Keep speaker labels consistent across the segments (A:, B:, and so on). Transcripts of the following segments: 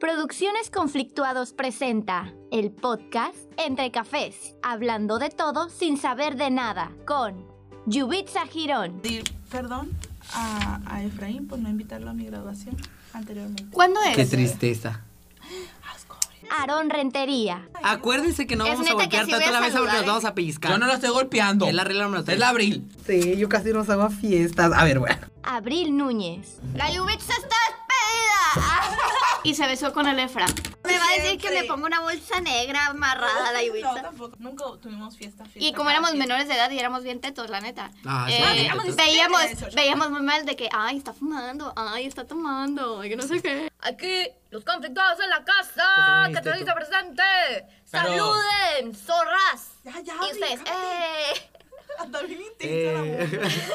A: Producciones Conflictuados presenta el podcast Entre Cafés, hablando de todo sin saber de nada, con Yubitsa Girón.
B: Di perdón a, a Efraín por no invitarlo a mi graduación anteriormente.
C: ¿Cuándo
D: Qué
C: es?
D: tristeza.
B: Asco, güey.
A: Aarón Rentería.
D: Acuérdense que no
C: Es
D: vamos a
C: neta que
D: golpear
C: sí
D: tanto
C: voy
D: la
C: a
D: mesa porque
C: saludar,
D: nos
C: ¿eh?
D: vamos a pellizcar.
E: Yo no lo estoy golpeando.
D: Es la regla número tres.
E: Es la abril.
D: Sí, yo casi nos hago fiestas. A ver, bueno.
A: Abril Núñez.
C: La Yubitsa está despedida. y se besó con el Efra. Me va a decir que
B: Siempre.
C: me pongo una bolsa negra amarrada a la
B: No,
C: Yubitsa.
B: tampoco. Nunca tuvimos fiesta. fiesta
C: Y como éramos
B: fiesta.
C: menores de edad y éramos bien tetos, la neta.
D: Ah, sí,
C: Eh,
D: éramos bien tetos.
C: veíamos,
B: 18.
C: veíamos muy mal de que, ay, está fumando, ay, está tomando, ay, que no sé qué.
F: Aquí, los conflictuados en la
D: Porque
F: casa,
D: viniste
F: que te
D: tú.
F: dice presente.
E: Pero-
F: Saluden, zorras.
B: Ya, ya,
F: Y ustedes,
B: cállate.
F: ¡eh!
B: Anda bien intensa la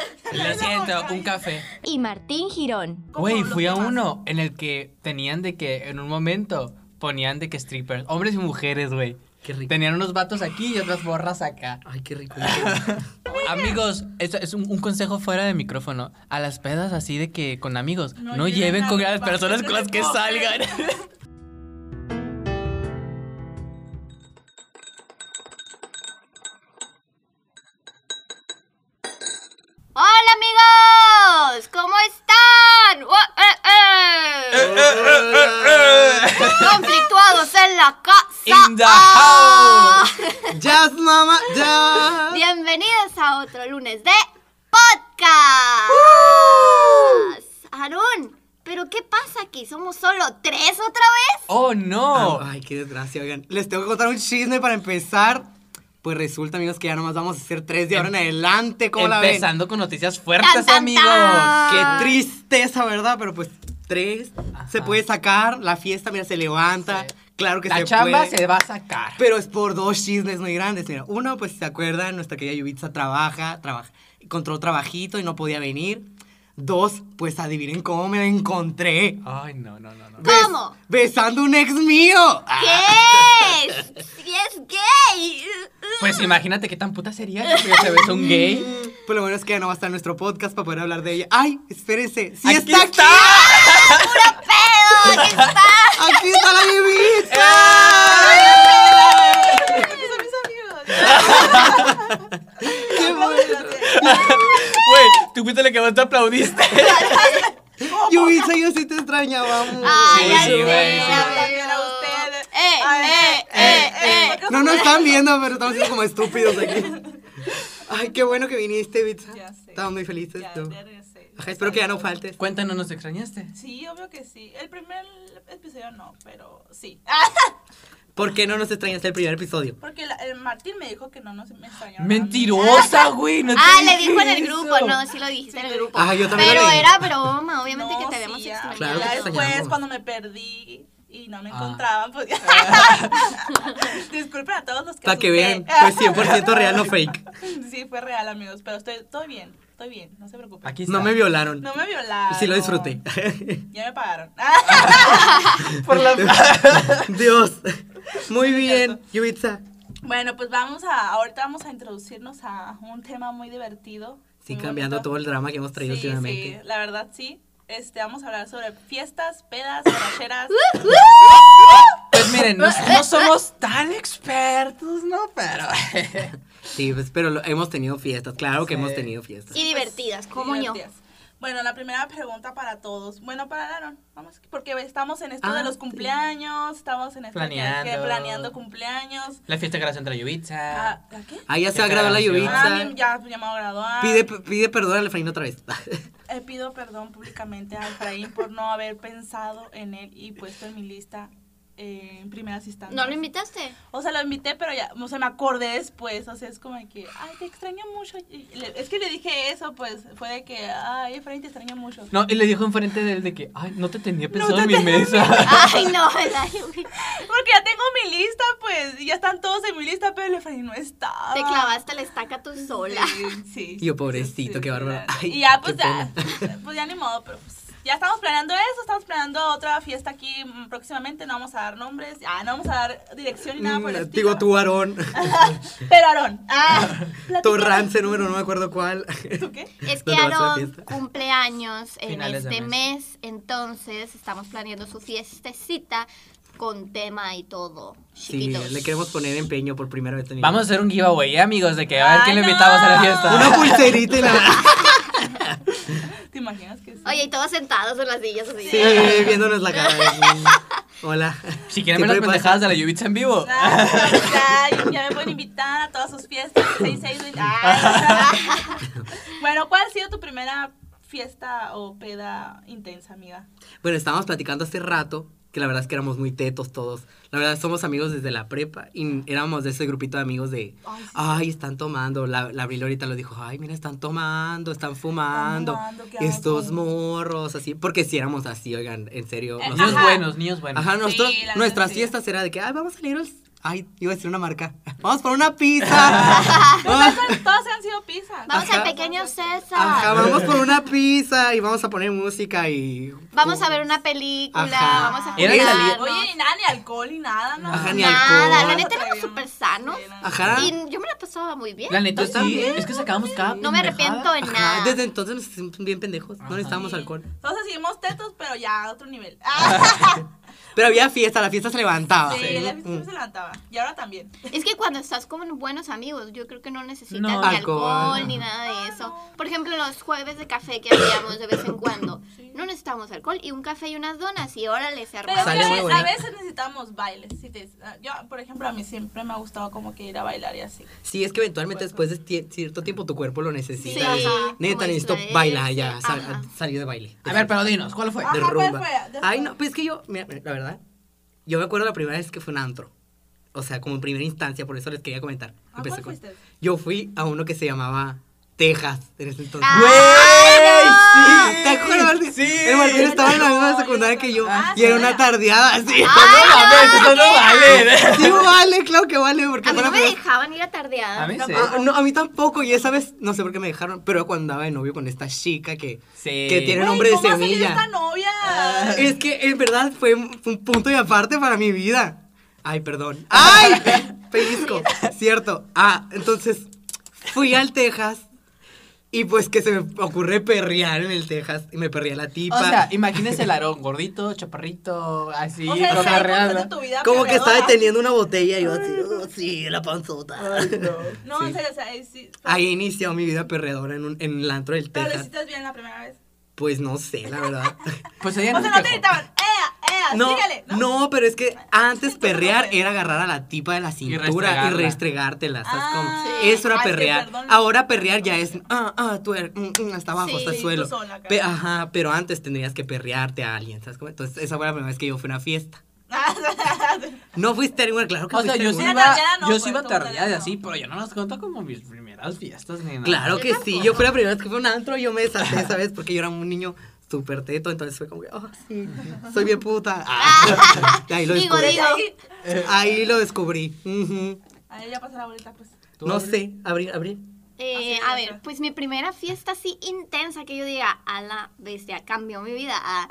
D: Eh.
B: voz.
E: Lo siento, un café.
A: Y Martín Girón.
B: Como
E: Güey,
B: los
E: fui a
B: demás.
E: uno en el que tenían de que en un momento ponían de que strippers, hombres y mujeres, güey.
D: Qué rico.
E: Tenían unos vatos aquí y otras borras acá.
D: Ay, qué rico.
E: Amigos, esto es un, un consejo fuera de micrófono. A las pedas así de que con amigos,
B: No
E: no,
B: lleven
E: lleven
B: a
E: con
B: los
E: las personas con las que
B: vatos.
E: salgan.
C: ¡Hola, amigos! ¿Cómo están? ¡Oh, eh, eh! Conflictuados en la casa.
E: In the house.
D: Jazz, mamá, jazz.
C: Bienvenidos a otro lunes de podcast.
A: ¡Uh!
C: Aarón, ¿pero qué pasa aquí? ¿Somos solo tres otra vez?
E: Oh, no.
D: Ah, Ay, qué desgracia, oigan. Les tengo que contar un chisme para empezar. Pues resulta, amigos, que ya nomás vamos a hacer tres de ahora en
E: Em-
D: adelante. ¿Cómo la ven?
E: Empezando con noticias fuertes,
C: Tan, tan,
E: amigos.
C: tan.
D: Qué tristeza, ¿verdad? Pero pues tres se puede sacar. La fiesta, mira, se levanta.
E: Sí.
D: Claro que
E: La
D: se
E: chamba
D: puede.
E: se va a sacar.
D: Pero es por dos chismes muy grandes. Mira, uno, pues se acuerdan, nuestra querida Yubitsa trabaja, trabaja, encontró trabajito y no podía venir. Dos, pues adivinen cómo me la encontré.
E: Ay, no, no, no, no.
D: Bes-
C: ¿Cómo?
D: besando un ex mío. Ah,
C: ¿Qué es? Si es gay.
E: Pues imagínate qué tan puta sería que se besa un gay.
D: Pues lo bueno es que ya no va a estar en nuestro podcast para poder hablar de ella. ¡Ay! Espérense. ¡Sí
E: ¡Aquí
D: está,
E: está!
D: aquí!
C: ¡Pedo! ¿qué está?
D: ¡Aquí está la Yubitsa!
E: ¡Eh!
B: Mis amigos, mis amigos.
D: ¡Qué bueno!
E: Güey, tú fuiste la que más te aplaudiste.
D: Yubitsa, yo sí te extrañaba mucho.
B: Ah,
C: Ay,
E: Sí,
C: ya
E: sí,
C: sé,
E: güey, sí.
C: ya
B: También a
C: veo.
B: ustedes.
C: Eh,
B: A ver,
C: eh, eh, eh.
D: No nos están viendo, pero estamos siendo como estúpidos aquí. Ay, qué bueno que viniste, Bitsa.
B: Ya sé.
D: Estamos muy felices.
B: Ya,
D: tú.
B: ya regresé.
D: Ajá, espero que ya no faltes.
E: Cuéntanos, ¿nos extrañaste?
B: Sí, obvio que sí. El primer episodio no, pero sí.
D: ¿Por qué no nos extrañaste el primer episodio?
B: Porque la- el Martín me dijo que no nos me extrañó.
E: Mentirosa, güey. no te
C: Ah, le
E: dije
C: dijo en el
E: eso.
C: grupo, no, sí lo dijiste en el grupo.
D: Ah, yo también lo
C: Pero
D: leí.
C: era broma, obviamente
B: No,
C: que te
B: sí,
C: habíamos
B: ya.
C: extrañado.
D: Claro que
B: Ya
D: te
B: después,
D: extrañamos.
B: cuando me perdí y no me
E: Ah.
B: encontraban, pues ya. Disculpen a todos los que
D: Para Ah. que
B: asusté.
D: vean, pues, fue 100% real, no fake.
B: Sí, fue real, amigos, pero estoy, estoy bien, estoy bien, no se preocupen.
E: Aquí está.
D: No me violaron.
B: No me violaron.
D: Ah, Sí lo disfruté.
B: Ya me pagaron.
E: Por la...
D: Dios. Muy bien, Yubitsa.
B: bueno, pues vamos a, ahorita vamos a introducirnos a un tema muy divertido.
D: Sí,
B: muy
D: cambiando
B: bonito.
D: todo el drama que hemos traído
B: sí,
D: últimamente.
B: Sí, la verdad sí. Este, vamos a hablar sobre fiestas, pedas, borracheras.
E: Pues miren, no, no somos tan expertos, ¿no? Pero...
D: Sí, pues, pero lo- hemos tenido fiestas. Claro que
E: Sí.
D: hemos tenido fiestas.
C: Y divertidas, como yo.
B: Divertidas. Bueno, la primera pregunta para todos. Bueno, para Aaron, vamos, porque estamos en esto de
D: Ah,
B: los
D: sí.
B: cumpleaños, estamos en esto de que-
E: Planeando.
B: planeando cumpleaños.
E: La fiesta de grabación de la Yubitsa.
B: Ah, ¿a qué?
D: Ah, ya se
E: Qué
D: ha graduado la
E: grabación.
B: Ah,
D: Yubitsa.
B: mi- ya, ya me voy a graduar.
D: Pide, pide perdón a Efraín otra vez.
B: Eh, pido perdón públicamente a Efraín por no haber pensado en él y puesto en mi lista eh, en primeras instancias.
C: ¿No lo invitaste?
B: O sea, lo invité, pero ya, o sea, me acordé después, o sea, es como de que, ay, te extraño mucho. Y le- es que le dije eso, pues, fue de que, ay, Efraín, te extraño mucho.
E: No, y le dijo enfrente de él de que, ay, no te tenía pensado
B: te
E: en mi
B: tenía en mi
E: mesa.
C: Ay, no, la Yubitsa.
B: Porque ya tengo mi lista, pues, y ya están todos en mi lista, pero el Efraín no está.
C: Te clavaste la estaca tú sola.
B: Ah. Sí, sí.
D: Yo, pobrecito, qué bárbaro. Ay,
B: y ya,
D: qué
B: pues, ya,
D: pena.
B: pues ya ni modo, pero pues, ya estamos planeando eso, estamos planeando otra fiesta aquí mm, próximamente, no vamos a dar nombres, ah, no vamos a dar dirección ni nada por el
D: Mm,
B: estilo.
D: Digo, tu varón.
B: Pero Aarón, ah, platícanos.
D: Torrance número, no me acuerdo cuál.
B: ¿Tú qué?
A: Es que
D: ¿Dónde va a ser la
A: Aaron
D: fiesta?
A: cumple años en
E: Finales de
A: este
E: mes.
A: mes. entonces estamos planeando su fiestecita con tema y todo.
D: Sí,
A: Chiquitos.
D: le queremos poner empeño por primera vez. en mi
E: Vamos a hacer un giveaway, ¿eh, amigos, de que a ver
B: Ay,
E: quién le
B: no.
E: invitamos a la
D: vida. Una
E: fiesta.
D: pulserita y la.
B: ¿Te imaginas que sí?
A: Oye, y todos sentados en las sillas así.
D: Sí, viéndonos la cara. Mm, Hola.
E: Si quieren ver las
D: Siempre pasa.
E: pendejadas de la Yubitsa en vivo.
B: Ah, ya, ya me pueden invitar a todas sus fiestas. seis, seis, seis. Ah. bueno, ¿cuál ha sido tu primera fiesta o peda intensa, amiga?
D: Bueno, estábamos platicando hace rato que la verdad es que éramos muy tetos todos. La verdad, somos amigos desde la prepa y éramos de ese grupito de amigos de, ay, están tomando. La, la Abril ahorita lo dijo, ay, mira, están tomando, están fumando.
B: fumando, qué
D: estos
B: asco".
D: morros, así. Porque si éramos así, oigan, en serio.
B: Eh,
E: Niños
D: nosotros-
B: Ajá.
E: buenos, niños buenos.
D: Ajá, nosotros,
B: Sí, la
D: nuestras
B: neta, sí.
D: fiestas era de que, ay, vamos a leer Ay, iba a decir una marca. Vamos por una
A: Pues
D: pizza.
B: Pues, Todas han sido pizza.
A: Vamos
D: Ajá.
A: al pequeño César.
D: Ajá, vamos por una pizza y vamos a poner música y...
A: Vamos a ver una película,
D: Ajá.
A: vamos a
E: Era el ali-
A: jugar.
B: Oye, y nada, ni alcohol, ni nada, ¿no?
D: Ajá, ni
A: Nada,
D: alcohol.
A: la neta éramos súper sanos.
D: Ajá.
A: Y yo me la pasaba muy bien.
E: La neta,
D: Yo
E: sí.
D: también.
E: Es que sacábamos cada
A: No me arrepiento
E: pendejada.
A: de
D: Ajá,
A: nada.
D: desde entonces nos hicimos bien pendejos, no necesitábamos alcohol.
B: Entonces seguimos tetos, pero ya a otro nivel. Ah,
D: Pero había fiesta, la fiesta se levantaba.
B: sí, la fiesta
D: Mm.
B: siempre se levantaba. Y ahora también.
A: Es que cuando estás con buenos amigos, yo creo que no necesitas
E: No.
A: ni alcohol,
D: Alcohol.
A: ni nada de eso. Por ejemplo, los jueves de café que hacíamos de vez en cuando, no necesitamos alcohol y un café y unas donas y órale, se
B: Pero
A: arma.
D: Sale
B: es que a,
D: muy
B: veces,
D: bonito.
B: a veces necesitamos bailes. si te- ah, yo, por ejemplo, a mí siempre me ha gustado como que ir a bailar y así.
D: Sí, es que eventualmente después de tie- cierto tiempo tu cuerpo lo
A: Sí,
D: necesita.
A: ajá, como
D: Neta, necesito
A: distraerse,
D: bailar ya, sal-
A: ajá.
D: salir de baile.
E: A ver, pero dinos, ¿cuál fue?
B: Ah.
D: de
B: Ajá, ¿cuál
D: rumba.
B: fue? Después.
D: Ay, no, pues es que yo, mira, mira, la verdad, yo me acuerdo la primera vez que fue un antro. O sea, como en primera instancia, por eso les quería comentar.
B: ¿A
D: Empecé
B: Ah, cuál
D: con-
B: fuiste?
D: Yo fui a uno que se llamaba Texas en ese entonces.
A: Ah,
E: ¡Güey!
D: ¿Te acuerdas, Martín?
E: Sí.
D: El Martín estaba en la misma
B: No,
D: secundaria
B: yo-
D: que yo.
B: Ah,
D: y era
B: sí. Ah.
D: una tardeada así.
E: No mames, eso no vale.
D: Sí vale, claro que vale, porque
A: A mí
D: fue la
A: no me
D: primera-
A: dejaban ir a tardeada.
E: A mí sí.
D: Ah, no, a mí tampoco, y esa vez, no sé por qué me dejaron, pero cuando andaba de novio con esta chica que,
E: Sí.
D: que tiene
B: Güey,
D: nombre de
B: ¿cómo va a salir
D: semilla. Ah.
B: esta novia?
D: Es que en verdad fue un un punto y aparte para mi vida. Ay, perdón. ¡Ay! Pellizco, cierto. Ah, entonces fui al Texas y pues que se me ocurre perrear en el Texas y me perreé a la tipa.
E: O sea, imagínense el Aarón, gordito, chaparrito, así,
B: o sea, está ahí
E: cotorreando.
B: contando tu vida
D: como que estaba
B: perreadora.
D: deteniendo una botella y yo así, "Oh, sí, la panzota.
B: No,
D: Sí. Ah,
B: en serio, o sea, ahí sí.
D: Ahí inició mi vida perreadora en, un- en el antro del
B: Pero lo
D: Texas.
B: hiciste bien la primera vez.
D: Pues no sé, la verdad.
E: Pues ella
B: O
E: no
B: sea,
E: se
B: no te
E: quejó.
B: gritaban, ¡Ea, ea,
D: No,
B: sígale!
D: no, pero es que antes
B: Entonces,
D: perrear
B: ¿cómo fue?
D: era agarrar a la tipa de la cintura y,
E: restregarla.
D: restregártela, ¿sabes
B: Ah,
D: cómo?
B: sí.
D: Eso era
B: Ay, sí,
D: perrear.
B: perdón.
D: Ahora perrear ya es, ah, ah, tú eres, mm, mm, hasta abajo,
A: Sí,
D: hasta el
B: tú
D: suelo.
B: sola acá.
D: Pe- ajá, pero antes tendrías que perrearte a alguien, ¿sabes cómo? Entonces, esa fue la primera vez que yo fui a una fiesta. No fuiste a ninguna, claro que
E: O sea,
D: fuiste a
E: yo sí
D: ninguna.
B: Era
E: iba,
B: tardeada, no,
E: yo
B: pues,
E: sí iba
B: como tal,
E: tardeada y
B: no.
E: así, pero yo no las cuento como mis primeras fiestas ni nada.
D: Claro que sí, yo fui la primera vez que fue a un antro, yo me desaté esa vez porque yo era un niño súper teto, entonces fue como que, oh, sí, soy bien puta. Ah, ahí lo
A: Digo,
D: descubrí.
A: digo.
B: Ahí,
D: Ahí lo descubrí. ujú.
B: ahí ya pasó la bolita, pues.
E: ¿Tú,
D: No
E: Abril?
D: sé, abrir, abrir.
A: Eh,
B: Así de
A: a
B: esa.
A: ver, pues mi primera fiesta así intensa que yo diga, a la bestia, cambió mi vida. ah,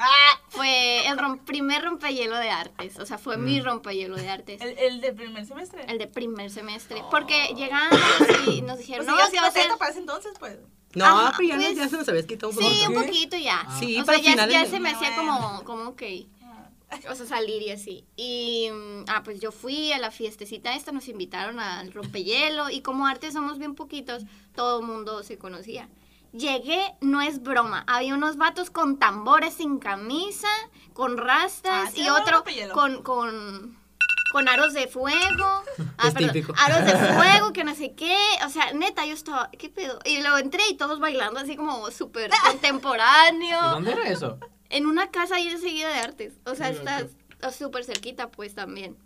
A: Fue el rom- primer rompehielo de artes, o sea, fue mi rompehielo de artes.
B: ¿El, el del primer semestre?
A: El de primer semestre. Porque llegamos y nos dijeron,
B: Pues
A: no,
B: no,
A: es que va a ser.
B: para ese entonces, pues.
D: No,
A: Ajá,
D: pero ya, no-
A: pues,
D: ya se nos habías quitado un poco.
A: Sí, un poquito ya.
D: Ah. Sí,
A: o sea,
D: para
A: ya,
D: finales
A: ya
D: de-
A: se me hacía
B: Bueno. Ah.
A: como, como ok. O sea, salir y así. Y, mm, ah, pues yo fui a la fiestecita esta, nos invitaron al rompehielo y como arte somos bien poquitos, todo el mundo se conocía. Llegué, no es broma, había unos vatos con tambores sin camisa, con rastas
B: Ah, sí,
A: y
B: era un
A: otro
B: rompehielo.
A: con, con, con aros de fuego. Ah,
D: Es
A: perdón,
D: típico.
A: Aros de fuego, que no sé qué. O sea, neta, yo estaba, ¿qué pedo? Y luego entré y todos bailando así como súper
E: ¿Y
A: contemporáneo.
E: dónde era eso?
A: En una casa ahí enseguida de artes. O sea, está súper cerquita, pues también.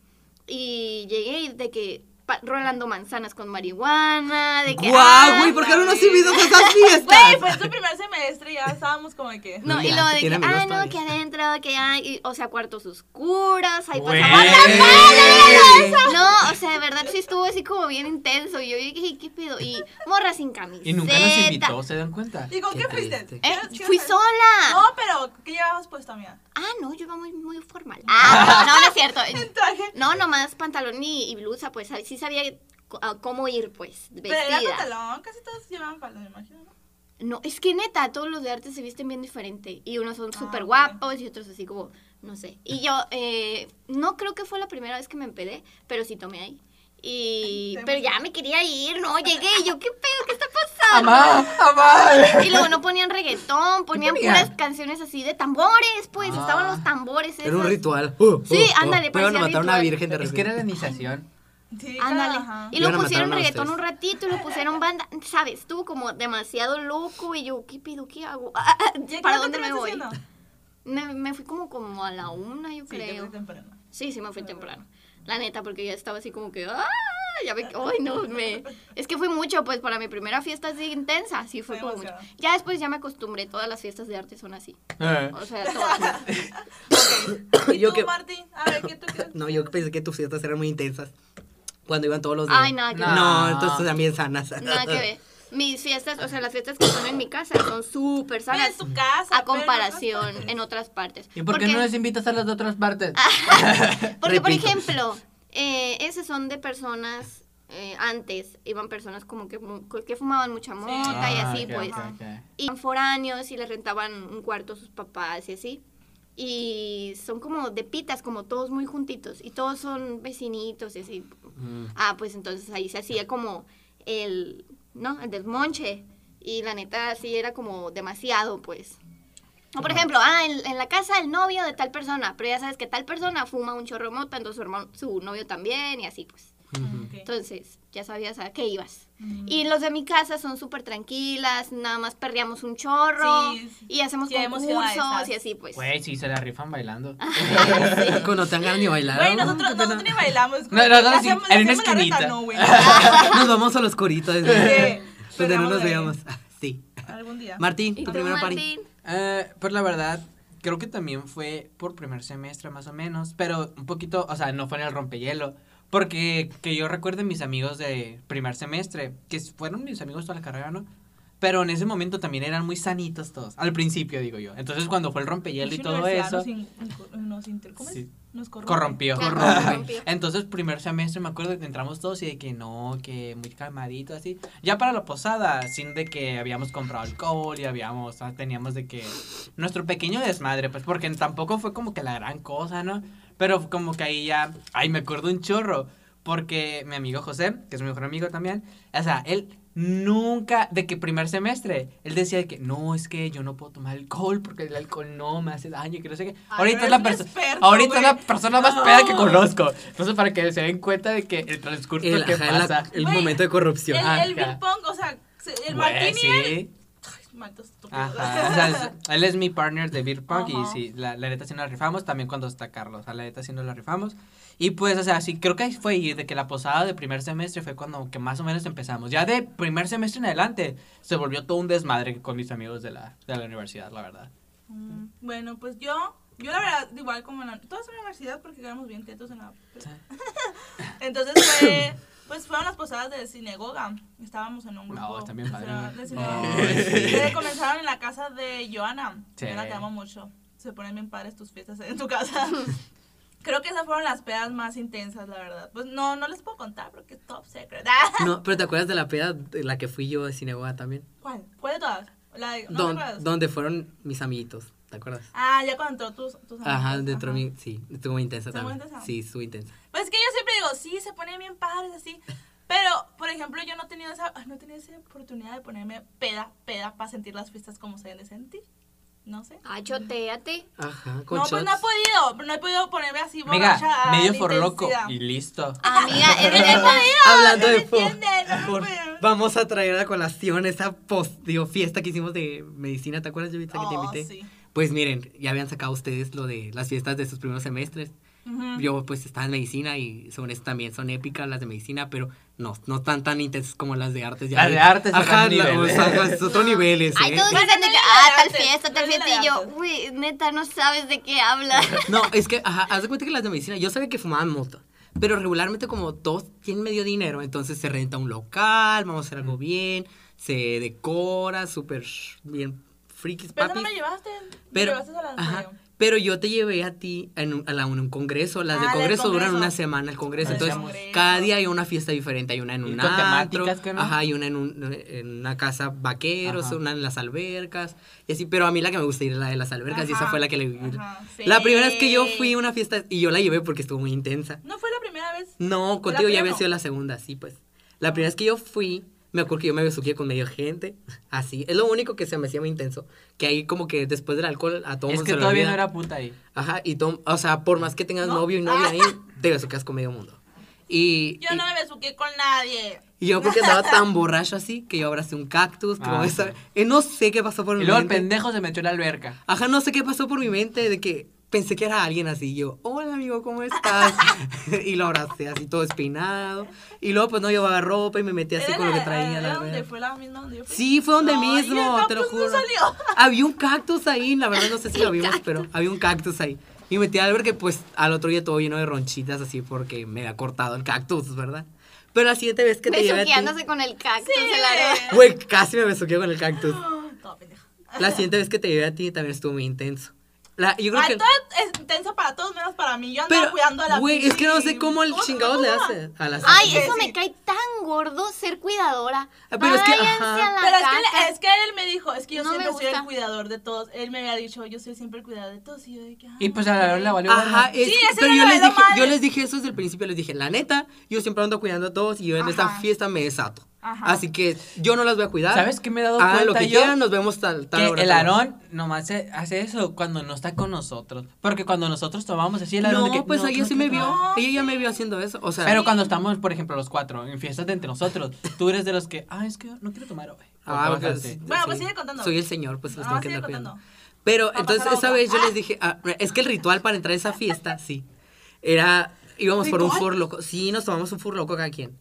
A: Y llegué y de que, pa-
C: pa- rolando manzanas con marihuana, de que... ah,
A: ah,
D: Guau, güey, ¿por qué no
C: ándale.
D: nos invitas a esas fiestas?
B: Güey, fue su primer semestre y ya estábamos como que.
C: No,
D: No,
C: y
D: ya,
C: luego
D: sí
C: de que,
D: tiene
C: ah, no,
D: amigos todavía".
C: que adentro, que hay, y- o sea, cuartos oscuros, ahí
E: Güey.
C: pasaba la
D: Güey.
C: No, o sea, de verdad sí estuvo así como bien intenso. Y yo dije, ¿qué pedo? Y morra sin camiseta.
E: Y nunca nos invitó, ¿se dan cuenta?
B: ¿Y con
D: Qué
B: qué, fuiste?
D: triste.
C: Eh,
B: ¿Qué- qué
C: fui
B: fue?
C: sola.
B: No, pero ¿qué llevabas puesto, amiga?
C: Ah, no, yo iba muy, muy formal. Ah, no, no, no es cierto.
B: En traje.
C: No, nomás pantalón y, y blusa, pues sí sabía co- a cómo ir, pues,
B: Pero era
C: vestida.
B: pantalón, casi todos llevaban pantalón, me imagino. ¿no?
C: No, es que neta, todos los de arte se visten bien diferente. Y unos son
B: Ah,
C: súper
B: ok.
C: guapos y otros así como, no sé. Y yo, eh, no creo que fue la primera vez que me empedé, pero sí tomé ahí. Y,
B: Te
C: pero ya me quería ir, no, llegué y yo, ¿qué pedo? ¿Qué está pasando?
E: ¡Amá! ¡Amá!
C: Y luego no ponían reggaetón, ponían
E: ponían?
C: puras canciones así de tambores, pues
E: Ah.
C: estaban los tambores.
D: Era un
C: esos.
D: ritual.
C: Sí, ándale,
D: Pero
C: parecía
D: a matar a una
C: ritual.
D: virgen de
E: Es que era
D: repente.
E: la iniciación.
B: Sí,
C: Ándale.
B: ajá.
C: Y
D: Iban a
C: lo
D: matar
C: pusieron
D: a
C: reggaetón un
D: ustedes.
C: ratito y lo pusieron banda. ¿Sabes? Estuvo como demasiado loco y yo, ¿qué pido? ¿Qué hago? Ah, ah,
B: ¿Y a qué
C: ¿Para
B: hora te
C: dónde me
B: terminaste
C: voy?
B: yendo?
C: Me, me fui como, como a la una, yo
B: Sí, te
C: creo.
B: fuiste temprano.
C: Sí, sí, me fui temprano. La neta, porque ya estaba así como que. ¡Ah! Ya me. ¡Ay, no! Me... Es que fue mucho, pues para mi primera fiesta así intensa. Sí, fue
B: Fue
C: como mucho.
B: demasiado.
C: Ya después ya me acostumbré. Todas las fiestas de arte son así.
A: Eh.
C: O sea, todas.
B: ¿Y
D: Yo
B: tú,
D: que-
B: Martín? A ver, ¿qué tú crees?
D: No, yo pensé que tus fiestas eran muy intensas. Cuando iban todos los días.
C: Ay, nada que
E: No.
C: ver.
D: No, entonces también sanas.
C: Nada que ver. Mis fiestas, o sea, las fiestas que son en mi casa son súper
B: Mira,
C: sanas
B: en tu casa. pero en
C: a
B: otras
C: comparación
B: partes.
C: en otras partes.
E: ¿Y por qué
C: Porque- Ah,
E: no les invitas a las de otras partes?
C: Porque, por
D: Repito.
C: ejemplo, eh, esas son de personas, eh, antes iban personas como que, mu- que fumaban mucha mota y
E: Ah,
C: así,
E: ok,
C: pues.
E: ok, ok.
C: Y eran foráneos y les rentaban un cuarto a sus papás y así. Y son como de pitas, como todos muy juntitos. Y todos son vecinitos y así.
D: Mm.
C: Ah, pues entonces ahí se hacía como el, ¿no? El desmonche. Y la neta sí era como demasiado, pues. O por ejemplo, ah, en, en la casa del novio de tal persona, pero ya sabes que tal persona fuma un chorro de mota, entonces su, hermano, su novio también y así, pues.
B: Ok.
C: Entonces, ya sabías a qué ibas.
B: Mm.
C: Y los de mi casa son súper tranquilas, nada más perreamos un chorro
B: Sí, sí.
C: y hacemos
B: Sí, hemos ido a
C: concursos
B: esas.
C: y así, pues.
E: Güey, sí, se la rifan bailando.
D: Cuando te han ganado ni bailar.
B: Güey,
D: ¿no?
B: nosotros, nosotros ni bailamos.
E: No,
B: güey.
E: no, no,
B: Le
E: sí,
B: hacemos-
E: en
B: le
E: una
B: hacemos la reta,
E: esquinita.
B: No, güey.
D: Nos vamos a los coritos. desde-
B: Sí,
D: Donde no
B: cerramos
D: nos
B: ahí.
D: veamos. Ah, Sí.
B: Algún día.
D: Martín, tu
C: Tú,
D: primera party.
C: Martín,
E: Eh, pues la verdad, creo que también fue por primer semestre más o menos, pero un poquito, o sea, no fue en el rompehielo, porque que yo recuerde mis amigos de primer semestre, que fueron mis amigos toda la carrera, ¿no? Pero en ese momento también eran muy sanitos todos, al principio digo yo. Entonces cuando fue el rompehielo y
B: Pinche
E: todo
B: universidad
E: eso,
B: Nos, in- nos inter- ¿cómo es?
E: Sí.
B: Nos corrompe.
E: corrompió.
C: Corrompe. Corrompió.
E: Entonces primer semestre me acuerdo que entramos todos y de que no, que muy calmadito así. Ya para la posada, sin de que habíamos comprado alcohol y habíamos, ah, teníamos de que nuestro pequeño desmadre, pues porque tampoco fue como que la gran cosa, ¿no? Pero como que ahí ya, ay, me acuerdo un chorro, porque mi amigo José, que es mi mejor amigo también, o sea, él nunca, de que primer semestre, él decía de que no, es que yo no puedo tomar alcohol porque el alcohol no me hace daño y que no sé qué. ahorita
B: pero
E: es la,
B: eres un
E: perso-
B: experto,
E: ahorita es la
B: güey.
E: persona más
B: No.
E: peda que conozco. Entonces, para que se den cuenta de que el transcurso
D: El,
E: que
D: ajá, la-
E: pasa.
D: el
B: Güey,
D: momento de corrupción.
B: El,
E: Ajá.
B: el Big Pong, o sea, se- el
E: Ah, Güey,
B: Martín y él.
E: Pues, sí. Ah.
B: Ay, malto estúpido.
E: Ajá, o sea, es- él es mi partner de Beer Punk y
B: Ajá.
E: sí, la, la neta sí nos la rifamos, también cuando está Carlos, a la neta sí nos la rifamos. Y pues, o sea, sí, creo que ahí fue y de que la posada de primer semestre fue cuando que más o menos empezamos. Ya de primer semestre en adelante se volvió todo un desmadre con mis amigos de la, de la universidad, la verdad.
B: Mm, Bueno, pues yo, yo la verdad, igual como en la, todos en la universidad porque éramos bien tetos en la... Entonces fue, pues fueron las posadas de sinagoga, estábamos en un
E: No,
B: grupo.
E: están bien
B: o sea,
E: padres,
B: de
E: ¿no?
B: sinagoga.
E: Ay, sí.
B: Eh, Comenzaron en la casa de Joana,
E: Sí.
B: Joana te amo mucho, se ponen bien padres tus fiestas en tu casa. Creo que esas fueron las pedas más intensas, la verdad. Pues no, no les puedo contar porque es top secret.
D: No, pero ¿te acuerdas de la peda de la que fui yo de Cineguada también?
B: ¿Cuál? ¿Cuál de todas? La de, ¿no te
D: Don-
B: acuerdas?
D: donde fueron mis amiguitos, ¿te acuerdas?
B: Ah, ya cuando entró tus, tus
D: Ajá,
B: amigos,
D: dentro
B: Ah, ajá.
D: de mí, sí, estuvo muy intensa
B: ¿Estuvo
D: también.
B: intensa?
D: Sí, estuvo intensa.
B: Pues es que yo siempre digo, sí, se ponen bien padres así. Pero, por ejemplo, yo no he tenido esa, no he tenido esa oportunidad de ponerme peda, peda para sentir las fiestas como se deben de sentir. No sé.
C: ah, choteate.
D: Ajá, con
B: No, pues no he
D: shots.
B: podido, no he podido ponerme así
E: Mega,
B: borracha. a
E: medio
B: la
E: for loco
B: intensidad.
E: y listo.
C: Amiga, es
B: No he
C: neta.
B: podido,
D: Hablando
B: no
D: de
B: me
D: fo-
B: entienden, no me
D: por-
B: pueden.
D: Vamos a traer a colación esa post, digo, fiesta que hicimos de medicina, ¿te acuerdas, Yovita, que te
B: Oh,
D: invité?
B: sí.
D: Pues miren, ya habían sacado ustedes lo de las fiestas de sus primeros semestres.
B: Ujú.
D: Yo pues estaba en medicina y sobre eso también son épicas las de medicina, pero no, no están tan intensas como las de artes. ya
E: Las de
D: ves.
E: artes son
D: Ajá,
E: otro
D: la-
E: nivel.
D: o sea, ajá, es otro nivel ese,
C: Hay
D: ¿eh?
C: todos
B: Bueno,
C: dicen de
B: no
C: que,
B: es
C: ah,
B: la de
C: tal
B: arte,
C: fiesta, tal
B: no es la
C: fiesta. Y
B: de
C: yo,
B: arte.
C: uy, neta, no sabes de qué habla.
D: No, es que, ajá, haz de cuenta que las de medicina, yo sabía que fumaban moto, pero regularmente como todos tienen medio dinero, entonces se renta un local, vamos a hacer algo bien, se decora, súper bien frikis,
B: Pero
D: papis.
B: no me llevaste.
D: Pero,
B: me llevaste a la
D: ajá,
B: de-
D: pero yo te llevé a ti en un- a la, un, un congreso. Las
B: Ah,
D: del
B: la del
D: congreso duran
B: congreso.
D: una semana el congreso.
E: Ah,
D: Entonces,
B: congreso.
D: cada día hay una fiesta diferente. Hay una en
E: Y
D: un
E: con
D: antro,
E: temáticas, ¿qué no?
D: ajá, hay una en, un- en una casa vaqueros,
E: Ajá.
D: una en las albercas. Y así, pero a mí la que me gusta ir es la de las albercas y esa
B: Ajá,
D: fue la que le viví.
B: ajá, sí.
D: La primera vez que yo fui a una fiesta y yo la llevé porque estuvo muy intensa.
B: No fue la primera vez.
D: No, contigo
B: primera
D: ya había
B: no?
D: sido la segunda, sí, pues. La primera vez que yo fui, me acuerdo que yo me besuqué con medio gente, así. Es lo único que se me hacía muy intenso, que ahí como que después del alcohol a todo
E: Es
D: mundo
E: que
D: se le
E: todavía
D: olvida.
E: no era puta ahí.
D: Ajá, y todo, o sea, por más que tengas
B: No.
D: novio y novia ahí, te besuqueas con medio mundo. Y
B: Yo no me besuqué con nadie.
D: y yo porque andaba tan borracho así, que yo abracé un cactus, que
E: Ah,
D: como
E: sí.
D: esa- eh, no sé qué pasó por
E: Y
D: mi
E: luego el
D: mente.
E: pendejo se metió en la alberca.
D: Ajá, no sé qué pasó por mi mente de que pensé que era alguien así. y Yo, hola amigo, ¿cómo estás? y lo abracé así todo espinado. Y luego pues no llevaba ropa y me metí así
B: Era
D: con lo que
B: la-
D: traía.
B: era
D: la
B: donde
D: verdad.
B: fue la misma donde yo fui.
D: Sí, fue donde
B: Ay,
D: mismo,
B: el
D: te lo
B: cactus no
D: juro.
B: salió.
D: Había un cactus ahí, la verdad no sé si lo vimos, pero había un cactus ahí. Y metí al ver que pues al otro día todo lleno de ronchitas así porque me había cortado el cactus, ¿verdad? Pero la siguiente vez que te llevé a ti-
C: Besuqueándose con el cactus, el árbol.
D: Güey, casi me besuqué con el cactus.
B: Todo pendejo.
D: La siguiente vez que te llevé a ti también estuvo muy intenso. La, yo creo
B: Ah,
D: que...
B: todo es intenso para todos menos para mí. Yo andaba
D: Pero,
B: cuidando a la
D: güey, es que no sé cómo el
B: ¿Cómo-
D: chingados
B: cómo
D: le
B: se llama?
D: hace a las
C: Ay,
D: albercas.
C: eso me cae tan gordo ser cuidadora.
D: Ah, pero es que,
C: Váyanse
D: ajá.
C: a la
B: Pero es
C: caca.
B: que, es que él me dijo, es que yo
C: No me
B: siempre soy el
C: gusta.
B: cuidador de todos. Él me había dicho, yo soy siempre el cuidador de todos. Y yo de que, ah,
E: Y pues a la Lola le valió.
D: Ajá,
E: verga.
D: es-
B: Sí, ese
D: pero
B: era
D: yo
B: lo de
D: les,
B: lo
D: dije, yo
B: mal.
D: les dije eso desde el principio, les dije, la neta, yo siempre ando cuidando a todos y yo en esta fiesta me desato. Así que yo no las voy a cuidar.
E: ¿Sabes qué me he dado
D: Hagan
E: cuenta
D: lo que
E: yo?
D: quieran, nos vemos tal, tal
E: Que
D: hora,
E: el
D: tal hora.
E: Aarón nomás se- hace eso cuando no está con nosotros. Porque cuando nosotros tomamos así, el Aarón.
D: No,
E: de que,
D: pues ella
E: no
D: sí me
E: quiero
D: vio,
E: tomar.
B: No,
D: ella ya me vio haciendo eso, o sea...
E: Pero cuando estamos, por ejemplo, los cuatro en fiestas de entre nosotros, tú eres de los que, ah, es que no quiero tomar hoy.
D: Ah,
E: O cosas
D: ok,
E: así.
D: sí,
B: Bueno, pues
D: sí.
B: sigue contando.
D: Soy el señor, pues los
B: No,
D: tengo que
B: Ah, sigue
D: andar cuidando.
B: contando.
D: Pero
B: Va a
D: entonces
B: pasar
D: esa
B: otra.
D: vez yo les dije, ah, es que el ritual para entrar a esa fiesta, sí, era, íbamos por un furloco, sí, nos tomamos un furloco cada quien.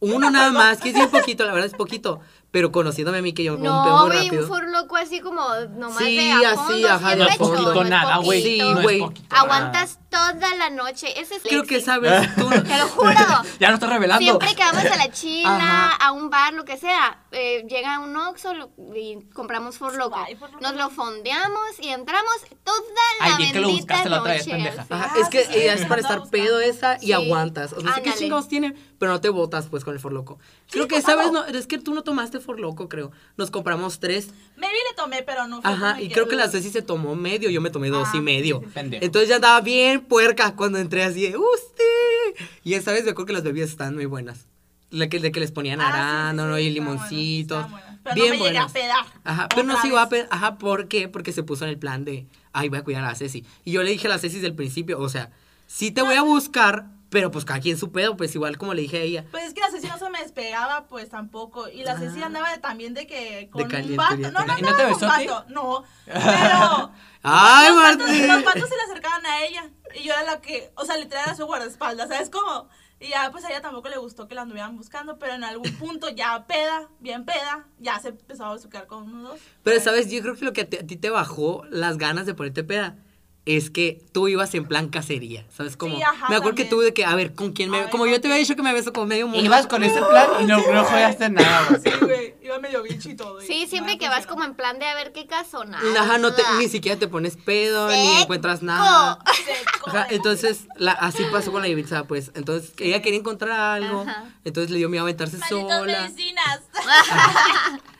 D: Uno nada más, que es bien poquito, la verdad es poquito, pero conociéndome a mí que yo me
C: No,
D: rompeo muy
C: güey, un
D: rápido.
C: furloco así como nomás
D: Sí,
C: de a
D: así,
C: fondo,
D: ajá, de
E: No es
C: siempre
D: poquito
C: todo, no
E: poquito
C: es
E: nada, güey.
D: Sí,
C: poquito.
E: no es
D: güey. Ah.
E: poquito
C: Aguantas toda la noche. Ese es
D: Creo que
C: Lexi.
D: esa vez tú... no-
C: Te lo juro.
E: nada. Ya lo estoy revelando.
C: Siempre que vamos a la
D: Ajá.
C: chila, a un bar, lo que sea, eh, llega un Oxxo lo- y compramos forloco.
B: Ay, Fort Loco.
C: Nos lo fondeamos y entramos toda
E: Ay,
C: la
E: bien que
C: bendita
E: lo buscaste
C: noche.
E: la otra vez, pendeja.
C: así.
D: Ajá,
B: Ah,
D: es que
B: sí, sí,
D: eh, es
B: sí, lo
D: para estar
B: buscamos.
D: pedo esa y
C: Sí.
D: aguantas. O sea, no sé qué
C: Ándale. pues,
D: chingados tiene, pero no te botas pues con el forloco. Creo que esa vez no, es que tú no tomaste forloco, creo. Nos compramos tres.
B: Maybe le tomé, pero no fue
D: Ajá,
B: como Ah,
D: y creo que la Ceci se tomó medio, yo me tomé dos
C: Ah,
D: y medio.
E: Pendejo.
D: Entonces ya andaba bien puerca cuando entré así de ¡Usted! Y esa vez me acuerdo que las bebidas estaban muy buenas. La que, de que les ponían
B: Ah, sí, sí,
D: arándano
B: sí,
D: y
B: estaban
D: limoncitos.
B: buenas, estaban buenas. Pero no
D: bien
B: me llegué a
D: buenas.
B: pedar.
D: Ajá, pero no
B: Otra
D: se iba a
B: vez.
D: pedar. Ajá, ¿por qué? Porque se puso en el plan de, ay, voy a cuidar a Ceci. Y yo le dije a la Ceci desde el principio, o sea, sí te voy a buscar, pero pues cada quien su pedo, pues igual como le dije a ella.
B: Pues es que la Ceci no se me despegaba, pues tampoco. Y
D: Ah.
B: la Ceci andaba de- también de que con un
D: calienturienta.
B: vato. No, no,
E: ¿Y no
B: andaba
E: te
B: con
E: besó a ti?
B: vato, No, pero...
D: ¡Ay,
B: los vatos- Los
D: Martín!
B: patos se le acercaban a ella. Y yo era la que, o sea, literal era su guardaespaldas, ¿sabes cómo? Y ya, pues a ella tampoco le gustó que la anduvieran buscando, pero en algún punto ya peda, bien peda, ya se empezó a besuquear con uno dos.
D: Pero, ¿sabes? Yo creo que lo que te- a ti te bajó las ganas de ponerte peda es que tú ibas en plan cacería, ¿sabes cómo?
B: Sí, ajá,
D: me acuerdo que
B: también.
D: tú de que, a ver, ¿con quién me
B: Ay,
D: Como yo
B: ¿con
D: te había
B: quién?
D: dicho que me beso con medio mundo.
E: Ibas con ese plan y no, no jugaste
D: Ah.
E: nada. güey.
B: Sí, güey, iba medio bicho y todo. y
C: Sí, siempre
B: nada
C: que vas
B: funcionó.
C: como en plan de a ver qué casona.
D: Ajá, no
B: Ah.
D: te- ni siquiera te pones pedo, ni
C: Seco.
D: encuentras nada.
B: Seco,
D: Ajá,
B: de-
D: entonces, la, así pasó con la Ibiza, pues. Entonces, ella quería encontrar algo.
C: Ajá.
D: Entonces le dio miedo aventarse
B: Malditas
D: sola.
B: medicinas.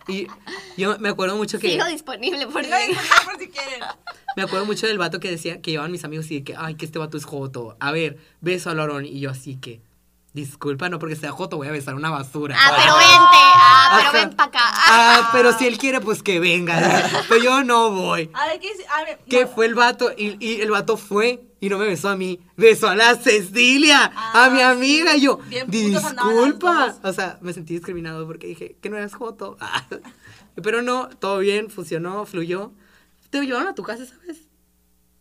D: Y yo me acuerdo mucho que.
C: Sigo disponible por
B: Digo,
C: si-
B: disculpen por si quieren.
D: Me acuerdo mucho del vato que decía que llevaban mis amigos y de que, ay, que este vato es Joto. A ver, beso al orón. Y yo así que, disculpa, no porque sea Joto, voy a besar una basura.
C: Ah, pero vente. Ah, pero
D: Ajá.
C: ven pa' acá. Ah,
D: Ah, pero si él quiere, pues que venga. dice. Pero yo no voy.
B: A ver, ¿qué dice? A ver,
D: Que
B: no.
D: fue el vato y, y el vato fue y no me besó a mí, besó a la Cecilia, a
B: Ah,
D: mi
B: sí.
D: amiga. Y yo,
B: Bien putos andaban las
D: disculpa.
B: dos.
D: O sea, me sentí discriminado porque dije que no eras Joto. Ah. Pero no, todo bien, funcionó, fluyó. Te llevaron a tu casa, ¿sabes?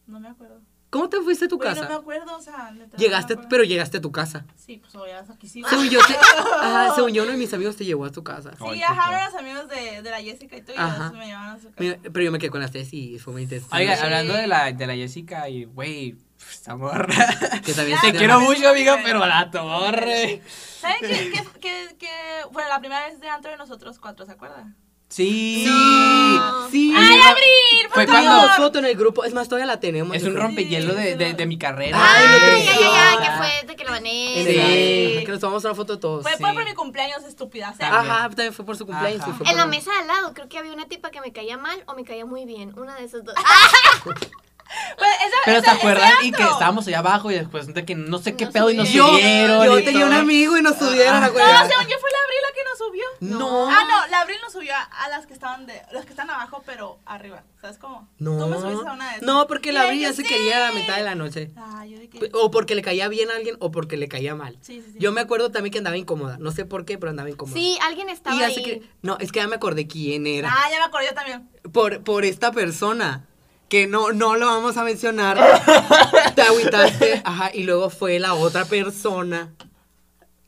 B: No me acuerdo.
D: ¿Cómo te fuiste a tu
B: Güey, no me
D: casa?
B: acuerdo, o sea, neta, no me
D: Llegaste,
B: acuerdo.
D: pero Ah. llegaste a tu casa.
B: Sí, pues obviamente aquí sí.
D: Según yo, te- ajá, según yo, uno de mis amigos te llevó a tu casa.
E: Ay,
B: Sí,
E: qué
B: ajá,
E: feo.
B: eran los amigos de, de la Jessica y tú y
D: Ajá.
B: ellos me llevaron a su casa.
D: Mira, pero yo me quedé con las tres y fue muy interesante.
E: Oiga,
C: Sí.
E: hablando de la, de la Jessica y, güey, pf, esta morra.
D: que también
E: Te
B: Ya,
E: quiero
B: no,
E: mucho,
B: no,
E: amiga,
B: no.
E: pero la torre.
B: ¿Saben qué, qué, qué, qué fue la primera vez de antro de nosotros cuatro, se acuerdan?
E: Sí.
D: Sí.
B: ¡Ay, Abril!
E: Fue
B: ¡Fue
E: cuando-
D: Tenemos
B: cuando!
D: foto en el grupo. Es más, todavía la tenemos.
E: Es
D: yo
E: un
D: creo.
E: rompehielo de, de, de mi carrera.
D: Ay, no
C: Ay,
D: te
C: ya,
D: digo.
C: ya, ya, que fue de que lo gané.
D: En
E: Sí.
D: el- ajá, Que nos tomamos una foto todos.
B: Fue
E: Sí.
B: por mi cumpleaños, estúpida. ¿sí?
E: también.
D: Ajá, también fue por su cumpleaños.
E: Ajá.
D: sí, fue
C: En
D: por-
C: la mesa de al lado, creo que había una tipa que me caía mal o me caía muy bien. Una de esas dos.
B: Pues esa-
E: Pero
B: esa-
E: ¿te
B: ese
E: acuerdas? Y
B: antro.
E: que estábamos allá abajo y después de que no sé qué
C: Nos
E: pedo y nos
D: Yo,
E: subieron.
D: yo
E: y
D: tenía
E: todo.
D: un amigo y nos subieron a
B: No, según yo fue la Abril la que nos subió.
D: No.
B: Ah, no, la Abril nos subió a, a las que estaban de, las que están abajo, pero arriba. ¿Sabes cómo? Tú me subiste a una de esas.
D: No, Pues, porque la
B: Y
D: brilla
B: yo,
D: se
B: sí.
D: quería a la mitad de la noche.
B: Ah, yo dije
D: O porque le caía bien a alguien o porque le caía mal.
B: Sí, sí, sí.
D: Yo me acuerdo también que andaba incómoda. No sé por qué, pero andaba incómoda.
C: Ah, Sí, alguien estaba
D: Y así
C: ahí.
D: que. No, es que ya me acordé quién era.
B: Ah, ya me acordé yo también.
D: Por, por esta persona. Que no, no lo vamos a mencionar. Te agüitaste. Ajá. Y luego fue la otra persona.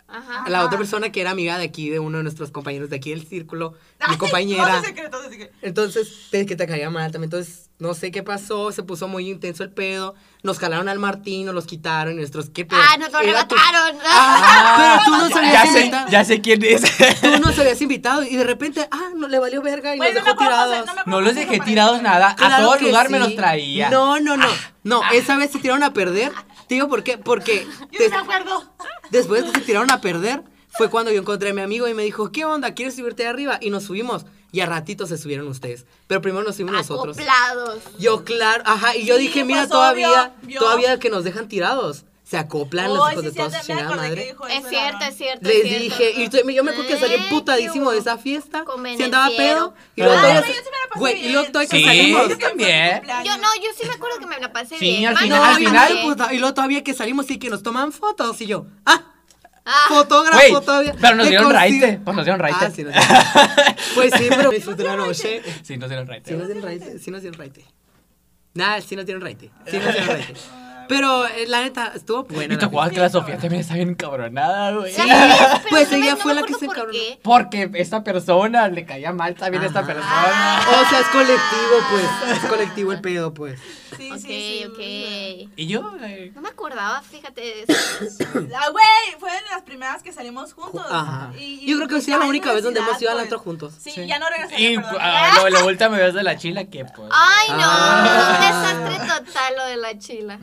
C: Ajá.
D: La otra persona que era amiga de aquí, de uno de nuestros compañeros de aquí del círculo. Mi
B: Ay,
D: compañera.
B: No sé secreto, así que.
D: Entonces, te- que te caía mal también. Entonces, no sé qué pasó, se puso muy intenso el pedo. Nos jalaron al Martín, nos los quitaron y nuestros, ¿qué pedo?
C: Ah, nos lo
D: Era tu-
C: arrebataron.
D: Ah, pero tú nos
E: Ya
D: habías
E: sé,
D: invitado.
E: ya sé quién es.
D: Tú nos habías invitado y de repente, ah, no le valió verga y
B: Güey,
D: nos
B: no me
D: dejó
B: acuerdo, o sea,
D: tirados.
B: Pues no me acuerdo
E: No los
B: cómo
E: dejé
B: apareció.
E: tirados nada. a
D: Claro
E: todo
D: que
E: lugar me
D: sí.
E: los traía. Ah.
D: No, no, no. No, esa vez se tiraron a perder. Te digo por qué. Porque
B: Yo no
D: des-
B: me acuerdo.
D: después de que se tiraron a perder, fue cuando yo encontré a mi amigo y me dijo, ¿qué onda? ¿Quieres subirte de arriba? Y nos subimos. Y a ratito se subieron ustedes. Pero primero nos subimos nosotros.
C: Acoplados.
D: Yo, claro, ajá, y yo
B: Sí,
D: dije,
B: pues,
D: mira,
B: obvio,
D: todavía,
B: vio.
D: todavía que nos dejan tirados, se acoplan los
B: Ay,
D: hijos
B: sí,
D: de toda su
B: cierto, me
D: chingada
B: acordé que
D: madre.
B: dijo eso,
C: Es cierto,
B: la
C: es cierto. es
D: Les
C: cierto.
D: dije, y estoy- yo me acuerdo que salí
C: Ay,
D: emputadísimo de
C: qué
D: esa fiesta,
C: Con
D: se andaba pedo,
C: benefiero.
D: y luego
E: Ah,
D: todavía,
E: pero
B: yo sí me la pasé
D: güey, y
B: bien.
D: luego todavía que
E: Sí,
D: salimos,
E: yo también.
B: cumpleaños.
C: Yo no, yo sí me acuerdo que me la pasé
E: Sí,
C: bien.
E: al
C: Más
E: final-
D: no,
E: al
D: y
E: final-
D: luego, puta, y luego todavía que salimos y que nos toman fotos, y yo, ah, fotógrafo
E: Güey,
D: todavía.
E: pero nos
D: de
E: dieron
D: consi-
E: raite. Pues nos dieron raite.
D: Ah, sí, nos dieron Pues sí, pero me disfruté la noche.
E: Sí, nos dieron raite.
D: Sí nos dieron raite, sí nos dieron raite. Nada, sí nos dieron raite, sí nos dieron raite. Pero eh, la neta, estuvo buena.
E: Y te
D: la
E: acuerdas que la Sofía también está bien cabronada, güey.
D: Pues ella fue la que se encabronó.
C: encabró.
E: Porque esta persona le caía mal también a esta
D: Ajá.
E: persona.
D: O sea, es colectivo, pues. Es colectivo el pedo, pues.
B: Sí,
C: Ok,
B: sí, sí.
C: ok.
E: Y yo, eh,
C: No me acordaba, fíjate. de eso.
B: La Ah, güey, fue de las primeras que salimos juntos.
D: Ajá.
B: Y- y-
D: Yo creo que ha sido la
B: ay,
D: única vez donde hemos ido al
B: pues.
D: antro juntos.
B: Sí,
E: Sí.
B: ya no regresaré,
E: y
B: perdón.
E: ah, lo de la vuelta me ves de la chila que pues.
C: Ay, no.
D: Ah.
C: Un desastre total lo de la chila.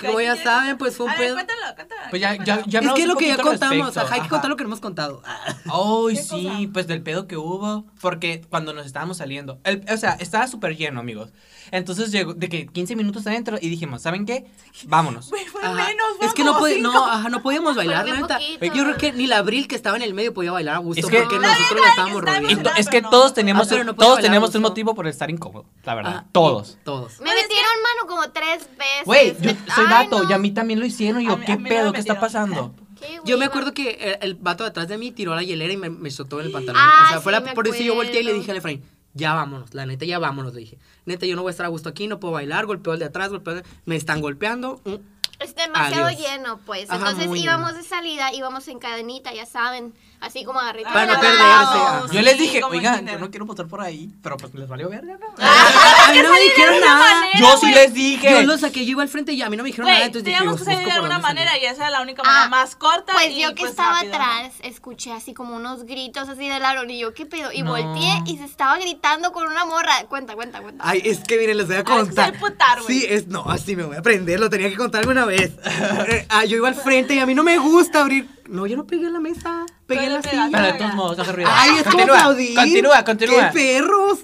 D: Como ya saben, pues fue un
B: A ver,
D: pedo.
B: cuéntalo, cuéntalo.
E: Pues ya,
B: cuéntalo.
E: ya, ya
D: es
E: hablamos
D: que es
E: un
D: lo que ya
E: poquito al
D: contamos,
E: respecto.
D: ajá, hay que
E: Ajá.
D: contar lo que no hemos contado.
E: Ay,
B: ¿Qué
E: sí,
B: cosa?
E: pues del pedo que hubo. Porque cuando nos estábamos saliendo, el- o sea, estaba súper lleno, amigos. Entonces llegó de que 15 minutos adentro y dijimos, ¿saben qué? Vámonos.
B: Güey, fue
D: Ajá.
B: menos, fue
D: es que no,
B: como
D: podi-
B: cinco.
D: no, ajá, no podíamos bailar,
C: bien
D: la neta.
C: Pues, poquito.
D: Yo creo que ni la Abril que estaba en el medio podía bailar a gusto
E: Es que-
D: porque
E: No,
D: nosotros
B: no,
D: la estábamos
B: que está
E: Y
B: bien.
D: rodeando.
E: to- es que
B: pero no.
E: todos tenemos,
D: Ah, pero no puedes
E: todos
D: bailar
E: tenemos un
D: justo.
E: motivo por estar incómodo, la verdad.
D: Ajá,
E: todos.
D: Todos.
C: Me metieron mano como tres veces.
E: Güey, yo
C: Me-
E: soy
C: Ay,
E: vato
C: no.
E: y a mí también lo hicieron. Y
B: A
E: yo,
B: mí- a
E: ¿qué
B: mí no me
E: pedo? ¿Qué está
B: metieron.
E: pasando?
C: Qué
D: Yo me
C: hueva.
D: acuerdo que el, el vato de atrás de mí tiró la hielera y me, me soltó en el pantalón.
C: Ah,
D: o sea, fue
C: sí,
D: la-
C: me
D: por eso yo volteé y le
C: acuerdo.
D: dije a Efraín, ya vámonos, la neta, ya vámonos, le dije. Neta, yo no voy a estar a gusto aquí, no puedo bailar, golpeo al de atrás, golpeo al de... Me están golpeando. mm.
C: Es demasiado
D: Adiós.
C: lleno, pues.
D: Ajá,
C: Entonces
D: muy
C: íbamos
D: lleno.
C: de salida, íbamos en cadenita, ya saben. Así como agarré
D: Para no
C: la
D: perderse,
C: mano.
D: ajá.
E: Yo les
B: Sí,
E: dije,
B: como en
E: oigan,
B: Tinder.
E: yo no quiero votar por ahí, pero pues les valió verga. ¿no?
B: Ah,
D: a mí no me dijeron nada.
E: Yo sí les dije.
D: Ah, Yo lo saqué, yo iba al frente y a mí no me dijeron
B: Güey,
D: nada, entonces dije,
B: teníamos que
D: "Busco
B: salir de
D: por
B: alguna
D: dónde salir".
B: manera y esa es la única manera
C: Ah,
B: más corta.
C: Pues
B: y,
C: yo que
B: pues,
C: estaba
B: rápida.
C: atrás, escuché así como unos gritos así del aro y yo, ¿qué pedo? Y
E: No.
C: volteé y se estaba gritando con una morra. Cuenta, cuenta, cuenta.
D: Ay, es que miren, les voy a
B: Ah, es que
D: contar.
B: soy putar, güey.
D: sí, es no, así me voy a aprender, lo tenía que contar alguna vez. Eh, ah, yo iba al frente y a mí no me gusta abrir. No, yo no pegué en la mesa, pegué en la
B: Pero le
E: Pero
D: silla.
E: de todos modos, no hace ruido.
D: Ay, es como
E: Continúa,
D: aplaudir.
E: Continúa, continúa.
D: ¡Qué perros!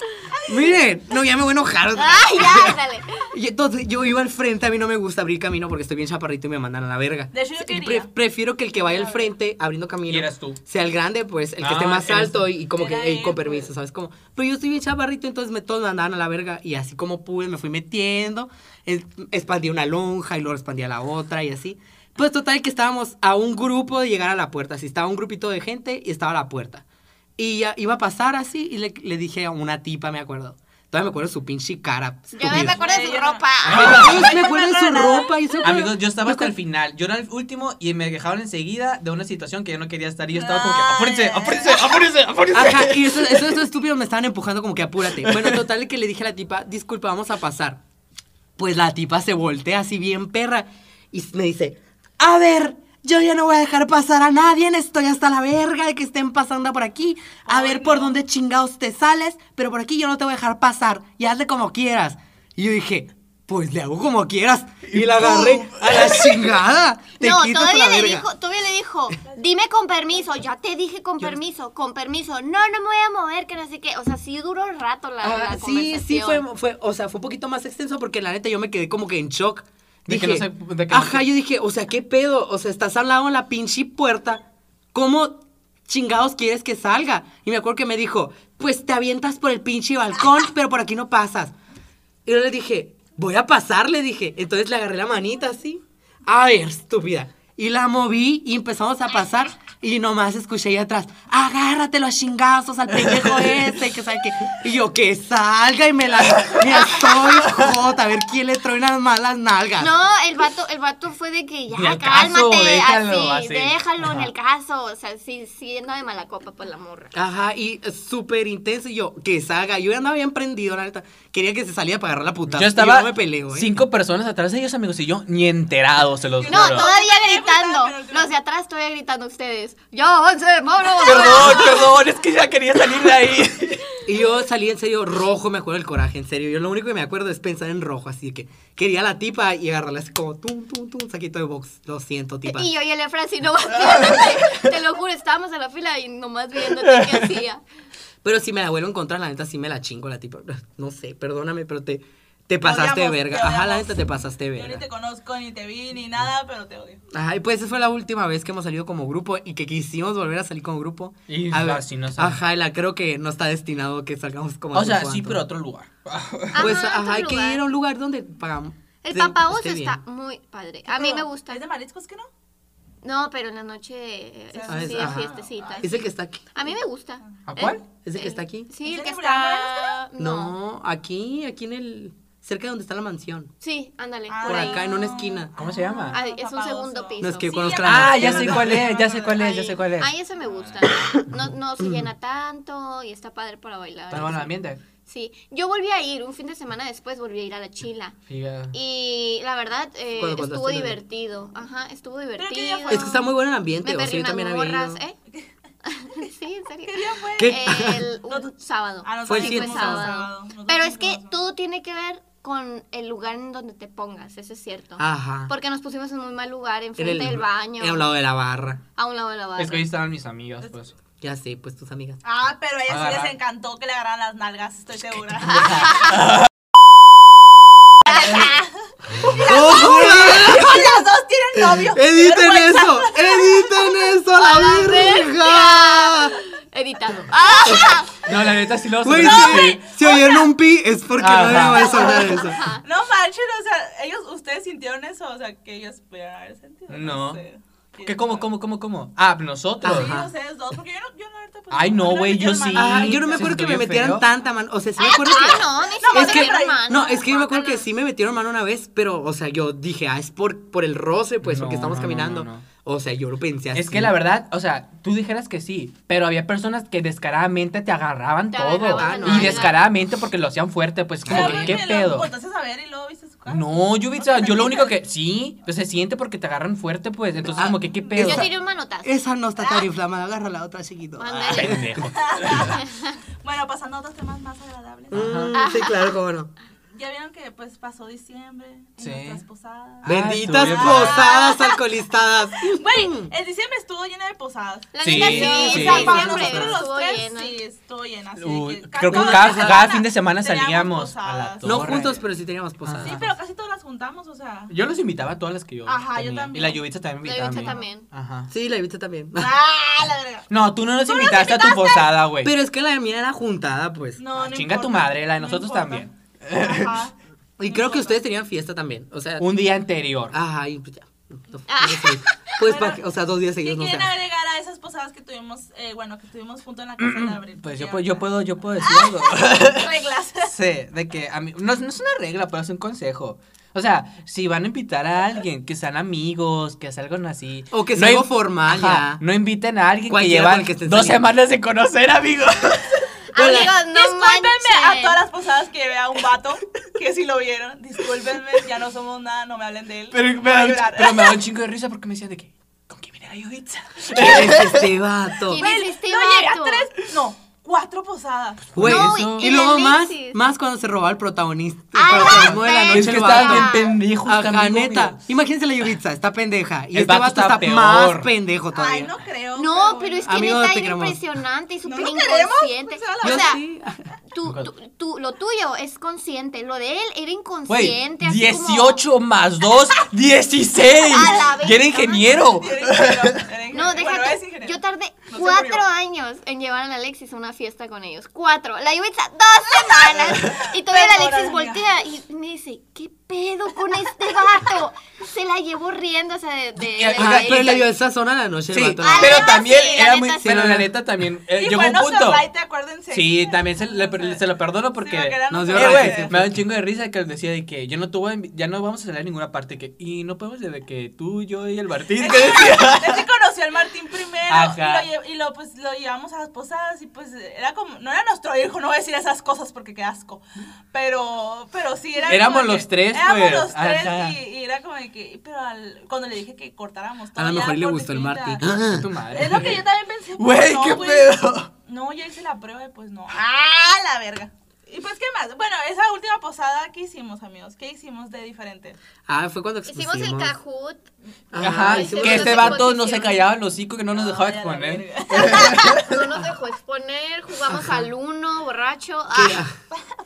D: Miren, no, ya me voy a enojar.
C: Ay, ya, dale.
D: Y entonces yo iba al frente, a mí no me gusta abrir camino porque estoy bien chaparrito y me mandan a la verga.
B: De hecho, yo
D: Pre-
B: quería.
D: prefiero que el que vaya al frente abriendo camino
E: Y eras tú.
D: sea el grande, pues el que
E: Ah,
D: esté más
E: eres
D: alto
E: tú.
D: y, y como que,
B: Era
D: "Ey,
B: él,
D: con
B: pues.
D: permiso, ¿sabes? Como, pero yo estoy bien chaparrito, entonces me, todos me mandaban a la verga y así como pude me fui metiendo, es- expandí una lonja y luego expandí a la otra y así. Pues total que estábamos a un grupo de llegar a la puerta, así estaba un grupito de gente y estaba la puerta. Y ya iba a pasar así y le, le dije a una tipa, me acuerdo. Todavía me acuerdo de su pinche cara.
C: Yo no me
D: estúpido.
C: acuerdo de su ropa.
D: Ay, me acuerdo de su ropa y su
E: Amigos, yo estaba hasta el final. Yo era el último y me dejaron enseguida de una situación que yo no quería estar. Y yo estaba como que,
B: Ay.
E: apúrense, apúrense, apúrense, apúrense.
D: Ajá, y esos, esos- esos estúpidos me estaban empujando como que apúrate. Bueno, total que le dije a la tipa, disculpa, vamos a pasar. Pues la tipa se voltea así bien perra y me dice, a ver, yo ya no voy a dejar pasar a nadie, estoy hasta la verga de que estén pasando por aquí. A ver por dónde chingados te sales, pero por aquí yo no te voy a dejar pasar y hazle como quieras. Y yo dije... Pues le hago como quieras. Y la agarré a la chingada. Te
C: No,
D: quitas
C: todavía
D: la
C: le,
D: verga.
C: dijo, todavía le dijo, dime con permiso, ya te dije con permiso, con permiso, no, no me voy a mover, que no sé qué, o sea, sí duró un rato la,
D: Ah,
C: la
D: sí,
C: conversación.
D: sí, fue, fue, o sea, fue un poquito más extenso porque la neta yo me quedé como que en shock.
E: De
D: Dije,
E: que no sé- de que no
D: ajá,
E: sé.
D: yo dije, o sea, ¿qué pedo? O sea, estás al lado de la pinche puerta, ¿cómo chingados quieres que salga? Y me acuerdo que me dijo, pues te avientas por el pinche balcón, pero por aquí no pasas. Y yo le dije, voy a pasar, le dije. Entonces le agarré la manita así. A ver, estúpida. Y la moví y empezamos a pasar. Y nomás escuché ahí atrás, agárrate los chingazos al pendejo este, que sabe qué. Y yo, que salga y me la... Mira, estoy jota, a ver quién le trae unas malas nalgas.
C: No, el vato, el vato fue de que
E: Ni
C: ya,
E: al caso,
C: cálmate,
E: déjalo,
C: así,
E: así.
C: déjalo en
E: Ajá.
C: el caso, o sea, sí, siendo de mala copa por la morra.
D: Ajá, y eh, súper intenso. Y yo, que salga. Yo ya andaba bien prendido, la neta. Quería que se saliera para agarrar la puta.
E: Yo estaba
D: no me peleo, ¿eh?
E: cinco personas atrás de ellos, amigos, y yo ni enterado, se los
C: No,
E: juro.
C: todavía
B: Pero- pero-
C: gritando,
B: pero-
C: los de atrás todavía gritando ustedes, ya, avance, vámonos.
E: Perdón, perdón, es que ya quería salir de ahí.
D: Y yo salí en serio rojo, me acuerdo del coraje, en serio. Yo lo único que me acuerdo es pensar en rojo, así que quería a la tipa y agarrarla así como tum, tum, tum, saquito de box. Lo siento, tipa.
C: Y yo y el Efra así nomás viéndote, te lo juro, estábamos en la fila y nomás viéndote qué hacía.
D: Pero si me la vuelvo a encontrar, la neta sí me la chingo a la tipa. No sé, perdóname, pero te, te pasaste
B: odiamos,
D: de verga.
B: te
D: Ajá, la
B: odiamos.
D: neta te pasaste de
B: Yo ni
D: verga.
B: te conozco, ni te vi, ni nada, pero te odio.
D: Ajá, y pues esa fue la última vez que hemos salido como grupo y que quisimos volver a salir como grupo.
E: Y
D: A ver,
E: así no sale.
D: Ajá, y la creo que no está destinado que salgamos como
E: O sea,
D: grupo
E: sí,
D: antes.
E: pero a otro lugar.
D: Pues
C: Ajá,
D: ajá,
C: otro
D: hay que
C: lugar.
D: ir a un lugar donde pagamos.
C: El
D: se-
C: Papa Oso
D: esté bien.
C: está muy padre. A mí me gusta.
B: ¿Es de mariscos que no?
C: No, pero en la noche eh, eso
D: Ah, es-
C: sí es
D: ajá.
C: fiestecita.
D: Es el que está aquí.
C: A mí me gusta.
E: ¿A cuál?
D: ¿Es el que está aquí?
C: Sí,
B: ¿Es
C: el
B: el
C: que
B: de Bravo,
C: está. No.
D: No, aquí, aquí en el. cerca de donde está la mansión.
C: Sí, ándale.
B: Ah,
D: Por
C: por ahí.
D: acá, en una esquina.
E: ¿Cómo se llama?
C: Ah, es un
B: Papadoso.
C: segundo piso.
D: No es que
B: Sí,
D: conozco
B: ya-
D: la
E: Ah,
D: mansión.
E: ya sé cuál es, ya sé cuál es, ya
C: Ahí-
E: sé cuál es.
C: Ahí eso me gusta. No, no se llena tanto y está padre para bailar.
E: Está bueno el ambiente.
C: Sí. Yo volví a ir un fin de semana después, volví a ir a la Chila.
E: Sí, ya.
C: Y la verdad, eh,
D: Cuando contaste lo
C: estuvo
D: de-
C: divertido. Ajá, estuvo divertido.
B: qué día fue?
D: Es que está muy bueno el ambiente,
C: Me
D: o sea,
C: perdí
D: yo
C: unas
D: también había
C: morras,
D: ido.
C: ¿eh? sí, en serio.
D: ¿Qué?
C: El, un sábado.
B: Ah, nosotros
D: Fue el
B: sí
C: Sí,
D: siete.
C: fue
B: fuimos
C: sábado.
B: sábado. Nosotros
C: Pero
B: sí
C: es que
B: fuimos sábado.
C: todo tiene que ver con el lugar en donde te pongas, eso es cierto.
D: Ajá.
C: Porque nos pusimos en muy mal lugar,
D: Ah. En
C: enfrente
D: el
C: del baño,
D: He hablado de la barra.
C: a un lado de la barra.
E: Es que ahí estaban mis amigas, pues.
D: Ya sé, pues tus amigas.
B: Ah, pero a ella sí
E: Agarrar.
B: les encantó que le agarraran las nalgas, estoy segura. las dos tienen novio. Qué
D: ¡Editen
B: vergüenza.
D: eso! ¡Editen eso, la verga!
C: Editado. ¡Ah!
E: No, la neta sí lo
D: Güey, si, si oyeron un pi, es porque
E: Ajá.
D: no debe sonar eso.
B: No manchen, o sea, ellos, ustedes sintieron eso, o sea, que ellos pudieron haber sentido.
E: No.
B: sé.
E: ¿Qué, cómo, cómo, cómo, cómo? Ah, nosotros.
B: Sí,
D: Ajá.
B: ustedes dos, porque yo no, yo la verdad, pues,
E: Ay, no,
B: me
E: güey, yo
B: metieron
E: sí.
B: mano.
D: Ajá, Ah, yo no me
E: se
D: acuerdo que
E: sintió
D: me
E: bien
D: metieran
E: feo.
D: tanta mano. O sea, sí me acuerdo
C: Ah,
D: que.
C: no, ni
D: es
C: siquiera
D: que,
C: mi
B: Ah,
C: hermano.
D: no, es que yo me acuerdo que sí me metieron mano una vez, pero, o sea, yo dije, ah, es por, por el roce, pues, porque
E: No,
D: estamos
E: no, no,
D: caminando.
E: no, no.
D: O sea, yo lo pensé así.
E: Es que la verdad, o sea, tú dijeras que sí, pero había personas que descaradamente te agarraban
C: Te
E: todo.
C: agarraban
D: la
E: y
D: nalga.
E: descaradamente porque lo hacían fuerte, pues como
B: Claro,
E: que, ¿qué
B: me lo
E: pedo?
B: contaste a saber y luego viste su cara.
E: No, yo,
B: O sea,
E: yo lo
B: ¿te
E: único
B: fijas?
E: que. Sí, pues se siente porque te agarran fuerte, pues. Entonces,
D: Ah,
E: como que, ¿qué pedo?
C: Yo tiré un manotazo.
D: Esa no está
B: Ah.
D: tan inflamada, agarra la otra, chiquito.
E: Ah,
C: Ándale.
E: pendejo.
B: Bueno, pasando a otros temas más agradables.
E: Ah.
D: Mm, sí, claro, cómo no.
B: Ya vieron que pues pasó diciembre, y
E: Sí. Ah.
B: nuestras posadas.
E: Ve-
D: Benditas
E: estuvo bien
D: posadas alcoholistadas.
B: Güey, el diciembre estuvo lleno de posadas.
C: La
E: Sí,
C: neta sí,
E: sí,
C: sí,
E: sí,
B: San Pablo,
E: sí,
C: siempre
E: sí.
B: nosotros los
C: estuvo
B: tres,
C: llena.
B: sí, estuvo llena. así de
E: Uy,
B: que
E: creo que
B: cada-
E: cada,
B: cada
E: cada fin de semana
B: teníamos
E: salíamos a la
B: posadas.
E: torre.
D: No juntos, pero sí teníamos posadas.
B: Sí, pero casi todas las juntamos, o sea.
E: Yo los invitaba a todas las que yo.
B: Ajá, yo
E: tenía.
B: también.
E: Y la lluvita también me
C: La
E: invitaba. a
C: Yuvitza
E: mí.
C: también.
E: Ajá.
D: Sí, la Evita también.
B: ¡Ah, la verga!
E: No, tú no nos invitaste a tu posada, güey. Ah,
D: Pero es que la mía era juntada, pues.
B: No, no
E: Chinga
B: importa.
E: tu madre, la de
B: No
E: nosotros
B: importa.
E: también.
B: Ajá.
D: Y creo que ustedes tenían fiesta también. O sea,
E: Un día anterior.
D: ajá, y pues ya.
B: Ah.
D: Pues,
B: Bueno,
D: pa- o sea, dos días
B: ¿Qué
D: seguidos no
B: quieren
D: se hace.
B: agregar a esas posadas que tuvimos, eh, bueno, que tuvimos junto en la casa de Abril?
E: Pues
B: ¿Qué
E: yo, pu- yo
B: onda?
E: puedo, yo puedo decir algo.
B: Reglas.
E: Sí, de que a mí, no, es- no es una regla, pero es un consejo. O sea, si van a invitar a alguien, que sean amigos, que salgan así.
D: O que
E: No
D: sea algo
E: in-
D: formal,
E: Ajá,
D: ya.
E: No inviten a alguien que
D: Cualquiera con
E: llevan
D: el que estén
E: dos
D: saliendo.
E: semanas de conocer, amigos.
C: Amigos, no
B: Discúlpenme a
C: manchen.
B: todas las posadas que vea un vato, que si lo vieron, discúlpenme, ya no somos nada, no me hablen de él.
E: Pero me,
B: Voy a
E: da,
B: llorar.
E: pero me da un chingo de risa porque me decían de que, ¿con quién viene la Yubitsa?
D: ¿Quién es este vato?
C: ¿Quién
B: Güey,
C: es este
B: no llegué a
C: vato?
B: tres, no, cuatro posadas.
D: Güey,
E: No,
D: eso-
E: y-
D: y,
C: y
D: luego
C: la
D: más,
C: Alexis.
D: más cuando se robaba el protagonista.
B: Ah,
D: El
C: ¡A la
D: protagonismo de la noche
E: es que
D: el
E: estaban
D: vato.
E: bien pendejos,
D: Ajá,
E: amigo,
D: neta.
E: amigo.
D: Imagínense la Yubitsa, está pendeja. Y
E: El
D: este
E: vato
D: vato
E: está
D: está
E: peor.
D: más pendejo todavía.
B: Ay, no creo.
C: No, pero es que
D: Amigo, te
C: neta era
D: queremos.
C: impresionante y
B: ¿No
C: súper
B: lo queremos?
C: inconsciente.
B: Pues, a
C: O
B: la-
D: Yo
C: sea,
D: sí.
C: tú, tú- tú- lo tuyo es consciente, lo de él era
E: Güey,
C: inconsciente. así
E: 18 más 2, 16.
C: A la verga.
E: Y era ingeniero.
B: Era ingeniero, era ingeniero.
C: Como... No, deja
B: Bueno,
C: tú.
B: es ingeniero.
C: Yo tardé
B: No se
C: cuatro
B: murió.
C: años en llevar a la Alexis a una fiesta con ellos. Cuatro. La Yubitsa, dos semanas. Y todavía la
B: Perdóname,
C: Alexis voltea y me dice, ¿qué pedo con este vato? Se la llevó riendo, o sea, de... de- de-
E: Oiga,
C: de-
D: Pero le dio esa zona a la noche el
E: Sí,
D: vato.
C: Ah,
E: pero
C: la
E: también
C: neta sí,
E: era
C: la
E: muy.
C: neta sí.
E: Pero la neta también. eh,
B: Y
E: llegó
B: fue
E: un
B: no
E: punto.
B: sorbite, acuérdense.
E: Sí, también se, le-
B: O sea,
E: se lo perdono
B: sí,
E: porque.
B: era no
D: Nos dio
E: Eh,
B: sorbite.
D: raíces,
E: güey,
D: sí, sí.
E: me da un chingo de risa que decía de que yo no tuve, ya no vamos a salir a ninguna parte que y no podemos desde que tú, yo y el Martín que decía.
B: Él se conoció al Martín primero
E: Ajá.
B: y, lo, lle- y lo, pues, lo llevamos a las posadas y pues era como, no era nuestro hijo, no voy a decir esas cosas porque qué asco, pero, pero sí era
E: Éramos
B: como de
E: los tres,
B: Éramos
E: pues,
B: los tres
E: ajá.
B: y, y era como de que, pero al- cuando le dije que cortáramos todo.
D: A lo
B: ya
D: mejor le
B: por
D: gustó el
B: distinta-
D: Martín.
E: Tu madre.
B: Es lo que yo también pensé. pero
E: Güey,
B: no, pues,
E: qué pedo.
B: No, yo hice la prueba y pues no. ¡Ah, la verga! Y pues, ¿qué más? Bueno, esa última posada, ¿qué hicimos, amigos? ¿Qué hicimos de diferente?
D: Ah, fue cuando
C: Hicimos
D: expusimos.
C: el cajut.
E: Ajá,
D: hicimos
E: que
D: el
E: este
D: cajut.
E: vato no se callaba el hocico que no nos dejaba
B: Ay, a la
E: exponer.
B: verga.
C: No nos dejó exponer, jugamos al uno, borracho.